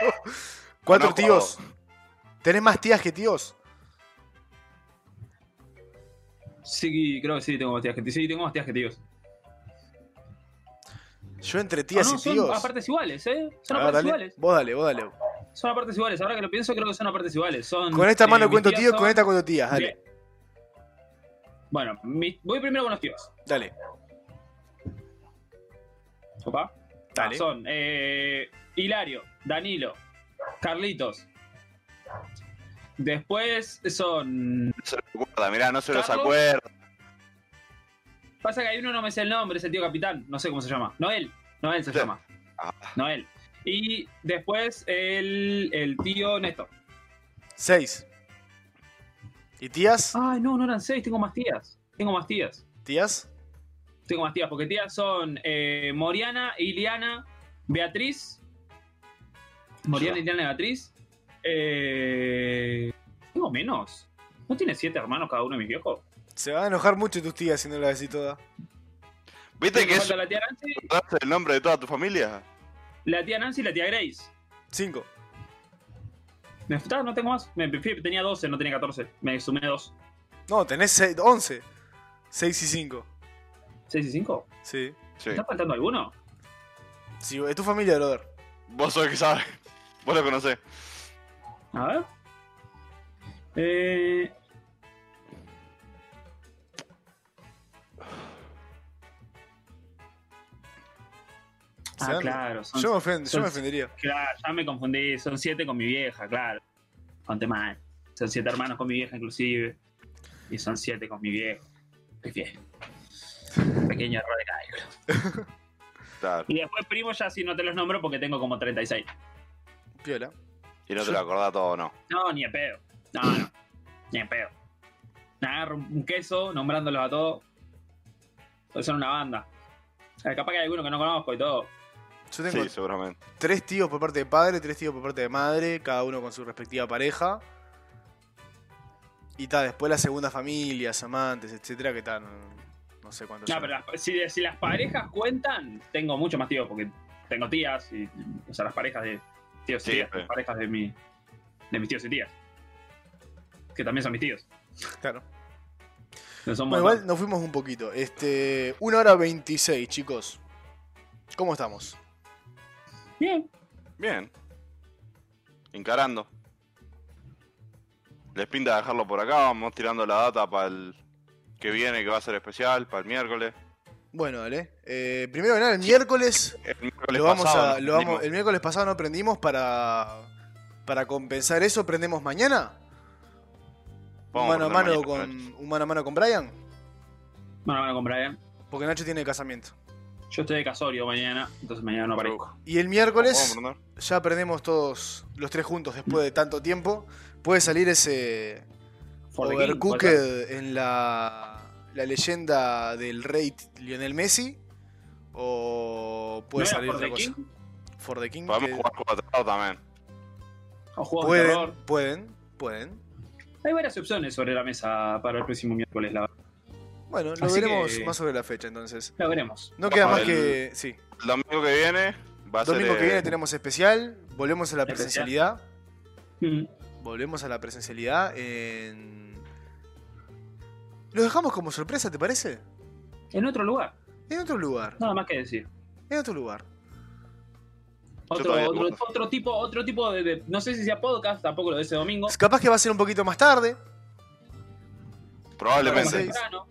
S1: Cuatro
S3: Conozco
S1: tíos. ¿Tenés más tías que tíos?
S2: Sí, creo que sí, tengo más tías que tíos. Sí, tengo más tías que tíos.
S1: Yo entre
S2: Ah,
S1: tías
S2: no,
S1: y
S2: son
S1: tíos.
S2: apartes iguales, ¿eh? Son
S1: A ver,
S2: apartes
S1: dale.
S2: iguales.
S1: Vos dale, vos dale.
S2: Son apartes iguales. Ahora que lo pienso, creo que son apartes iguales. Son,
S1: Con esta
S2: eh,
S1: mano
S2: mis
S1: cuento
S2: tías
S1: tíos, con
S2: son-
S1: esta cuento tías. Dale,
S2: Bien. Bueno, mi- voy primero con los tíos.
S1: dale,
S2: ¿Opa?
S1: dale.
S2: Son eh, Hilario, Danilo, Carlitos. Después son.
S3: No se lo acuerda, mirá, no se los
S2: Carlos.
S3: acuerda.
S2: Pasa que hay uno no me sé el nombre, es el tío capitán. No sé cómo se llama. Noel. Noel se
S3: Sí.
S2: llama.
S3: Ah.
S2: Noel. Y después el, el tío Néstor.
S1: Seis. ¿Y tías?
S2: Ay, no, no eran seis, tengo más tías. Tengo más tías.
S1: ¿Tías?
S2: Tengo más tías, porque tías son eh, Moriana, Iliana, Beatriz. Moriana,
S3: Yo.
S2: Iliana, Beatriz. Eh, tengo menos. ¿No tiene siete hermanos cada uno de mis viejos?
S1: Se van a enojar mucho tus tías si no las decís todas.
S3: ¿Viste que
S2: Me
S3: es
S2: falta la tía Nancy,
S3: acordarse el nombre de toda tu familia?
S2: la tía Nancy y la tía Grace.
S1: Cinco.
S2: Me está, no tengo más. Me, fui- tenía 12, no tenía 14. Me sumé dos.
S1: No, tenés seis- once. Seis y cinco.
S2: ¿6 y 5?
S1: Sí.
S3: Sí.
S2: ¿Está faltando alguno?
S1: Sí, es tu familia, brother.
S3: Vos sos el que sabe. Vos lo conocés.
S2: A ver. Eh,
S1: Se
S2: Ah,
S1: dan-
S2: claro. Son,
S1: Yo me, ofen- yo
S2: son-
S1: me ofendería.
S2: claro, Ya me confundí. Son siete con mi vieja, claro. Conté mal. Son siete hermanos con mi vieja, inclusive. Y son siete con mi viejo. Qué fiel. Pequeño error de cálculo.
S3: Claro.
S2: Y después primo ya si no te los nombro porque tengo como 36.
S1: Piola.
S3: Y no te lo acordás todo, no.
S2: No, ni de pedo. No, no. Ni de pedo. Me agarro un queso nombrándolos a todos. Pues son una banda. Eh, Capaz que hay alguno que no conozco y todo.
S1: Yo tengo
S3: Sí, seguramente.
S1: tres tíos por parte de padre, tres tíos por parte de madre, cada uno con su respectiva pareja. Y tal, después las segundas familias, amantes, etcétera, que tal, no, no sé cuántos.
S2: No,
S1: son.
S2: pero las- si, si las parejas cuentan, tengo mucho más tíos porque tengo tías y. O sea, las parejas de tíos
S3: Sí,
S2: y tías.
S3: sí.
S2: Las parejas de, mi, de mis tíos y tías. Que también son mis tíos.
S1: Claro.
S2: No son
S1: Bueno,
S2: montones.
S1: igual nos fuimos un poquito. Este, 1 hora 26, chicos. ¿Cómo estamos?
S2: Bien.
S3: Bien. Encarando. Les pinta dejarlo por acá, vamos tirando la data para el que viene, que va a ser especial, para el miércoles.
S1: Bueno, dale. Eh, primero que nada, el miércoles
S3: El miércoles
S1: Lo vamos
S3: pasado,
S1: a,
S3: ¿no?
S1: lo vamos-
S3: Primo.
S1: el miércoles pasado no prendimos para para compensar eso, prendemos mañana. Un
S3: Vamos
S1: mano a
S3: prender
S1: mano
S3: mañana,
S1: con un mano a mano con Brian,
S2: Bueno, van a comprar, ¿eh?
S1: porque Nacho tiene casamiento.
S2: Yo estoy de casorio mañana, entonces mañana no aparezco.
S1: Y el
S3: Vamos,
S1: miércoles
S3: vamos, Bruno.
S1: ya prendemos todos los tres juntos después de tanto tiempo. Puede salir ese
S2: For the king, ¿cuál
S1: overcooked en la la leyenda del rey Lionel Messi o puede
S2: ¿No era
S1: salir
S2: For
S1: otra
S2: the
S1: cosa.
S2: King?
S1: For the King.
S3: Podemos
S1: que-
S3: jugar cuatro también.
S2: O juegos de terror.
S1: pueden, pueden, pueden.
S2: Hay varias opciones sobre la mesa para el próximo miércoles, la,
S1: Bueno, lo
S2: Así
S1: veremos
S2: que-
S1: más sobre la fecha entonces.
S2: la veremos.
S1: No
S3: Vamos
S1: queda
S3: a
S1: más
S3: ver
S1: que. Sí.
S3: El domingo que viene va a ser.
S1: Domingo que
S3: eh,
S1: viene tenemos especial. Volvemos a la
S2: especial.
S1: presencialidad.
S2: Mm.
S1: Volvemos a la presencialidad en. Lo dejamos como sorpresa, ¿te parece?
S2: En otro lugar,
S1: En otro lugar.
S2: nada más que decir.
S1: En otro lugar.
S2: Otro,
S3: todavía
S2: otro,
S3: dudo.
S2: otro tipo, otro tipo de, de- No sé si sea podcast, tampoco lo de ese domingo.
S1: Capaz que va a ser un poquito más tarde.
S2: Más
S3: Probablemente
S1: Sí.
S2: temprano.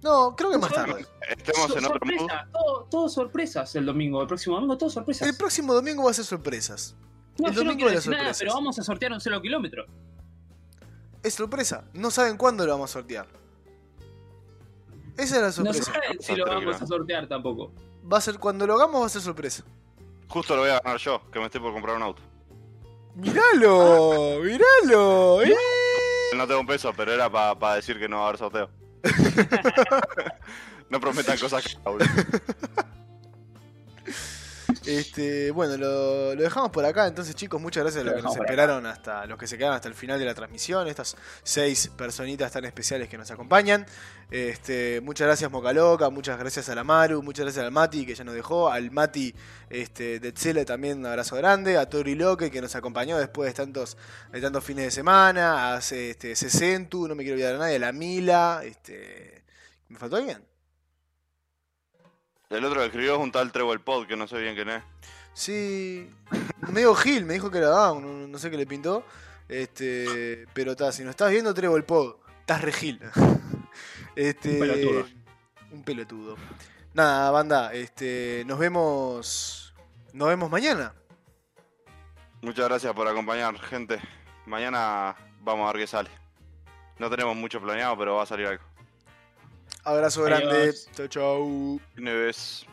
S1: No, creo que más tarde.
S3: estemos
S2: So-
S3: en otro mood.
S2: sorpresa, todo, todo sorpresas el domingo, el próximo domingo, todo sorpresas.
S1: El próximo domingo va a ser sorpresas.
S2: no,
S1: el
S2: yo
S1: domingo
S2: no quiero
S1: de las
S2: decir nada,
S1: sorpresas.
S2: pero vamos a sortear un cero kilómetro.
S1: Es sorpresa. No saben cuándo lo vamos a sortear. Esa es la
S2: No
S1: sorpresa.
S2: saben eh, si lo
S3: Sorpresa.
S2: vamos a sortear tampoco.
S1: Va a ser cuando lo hagamos, va a ser sorpresa.
S3: Justo lo voy a ganar yo, que me estoy por comprar un auto.
S1: ¡Míralo! ¡Míralo! ¡Eh!
S3: No tengo un peso, pero era para decir que no va a haber sorteo. no prometan cosas que boludo.
S1: Este, bueno, lo, lo dejamos por acá. Entonces, chicos, muchas gracias a los
S2: Lo
S1: que nos
S2: dejamos por
S1: esperaron hasta los que se quedaron hasta el final de la transmisión. Estas seis personitas tan especiales que nos acompañan. Este, muchas gracias, Mocaloca. Muchas gracias a la Maru. Muchas gracias al Mati que ya nos dejó. Al Mati este, de Chile también un abrazo grande. A Tori Loque que nos acompañó después de tantos, de tantos fines de semana. A C- este, Cecentu, no me quiero olvidar a nadie. A la Mila. Este, ¿Me faltó alguien?
S3: El otro que escribió es un tal Trevor Pod, que no sé bien quién es.
S1: Sí. Medio Gil, me dijo que era Down, no, no sé qué le pintó. Este, pero ta, si no estás viendo Trevor Pod, estás re Gil. Este,
S2: Un pelotudo.
S1: Un pelotudo. Nada, banda, este, nos vemos nos vemos mañana.
S3: Muchas gracias por acompañar, gente. Mañana vamos a ver qué sale. No tenemos mucho planeado, pero va a salir algo.
S1: Abrazo grande.
S2: Adiós.
S1: Chau, chau.
S3: Neves.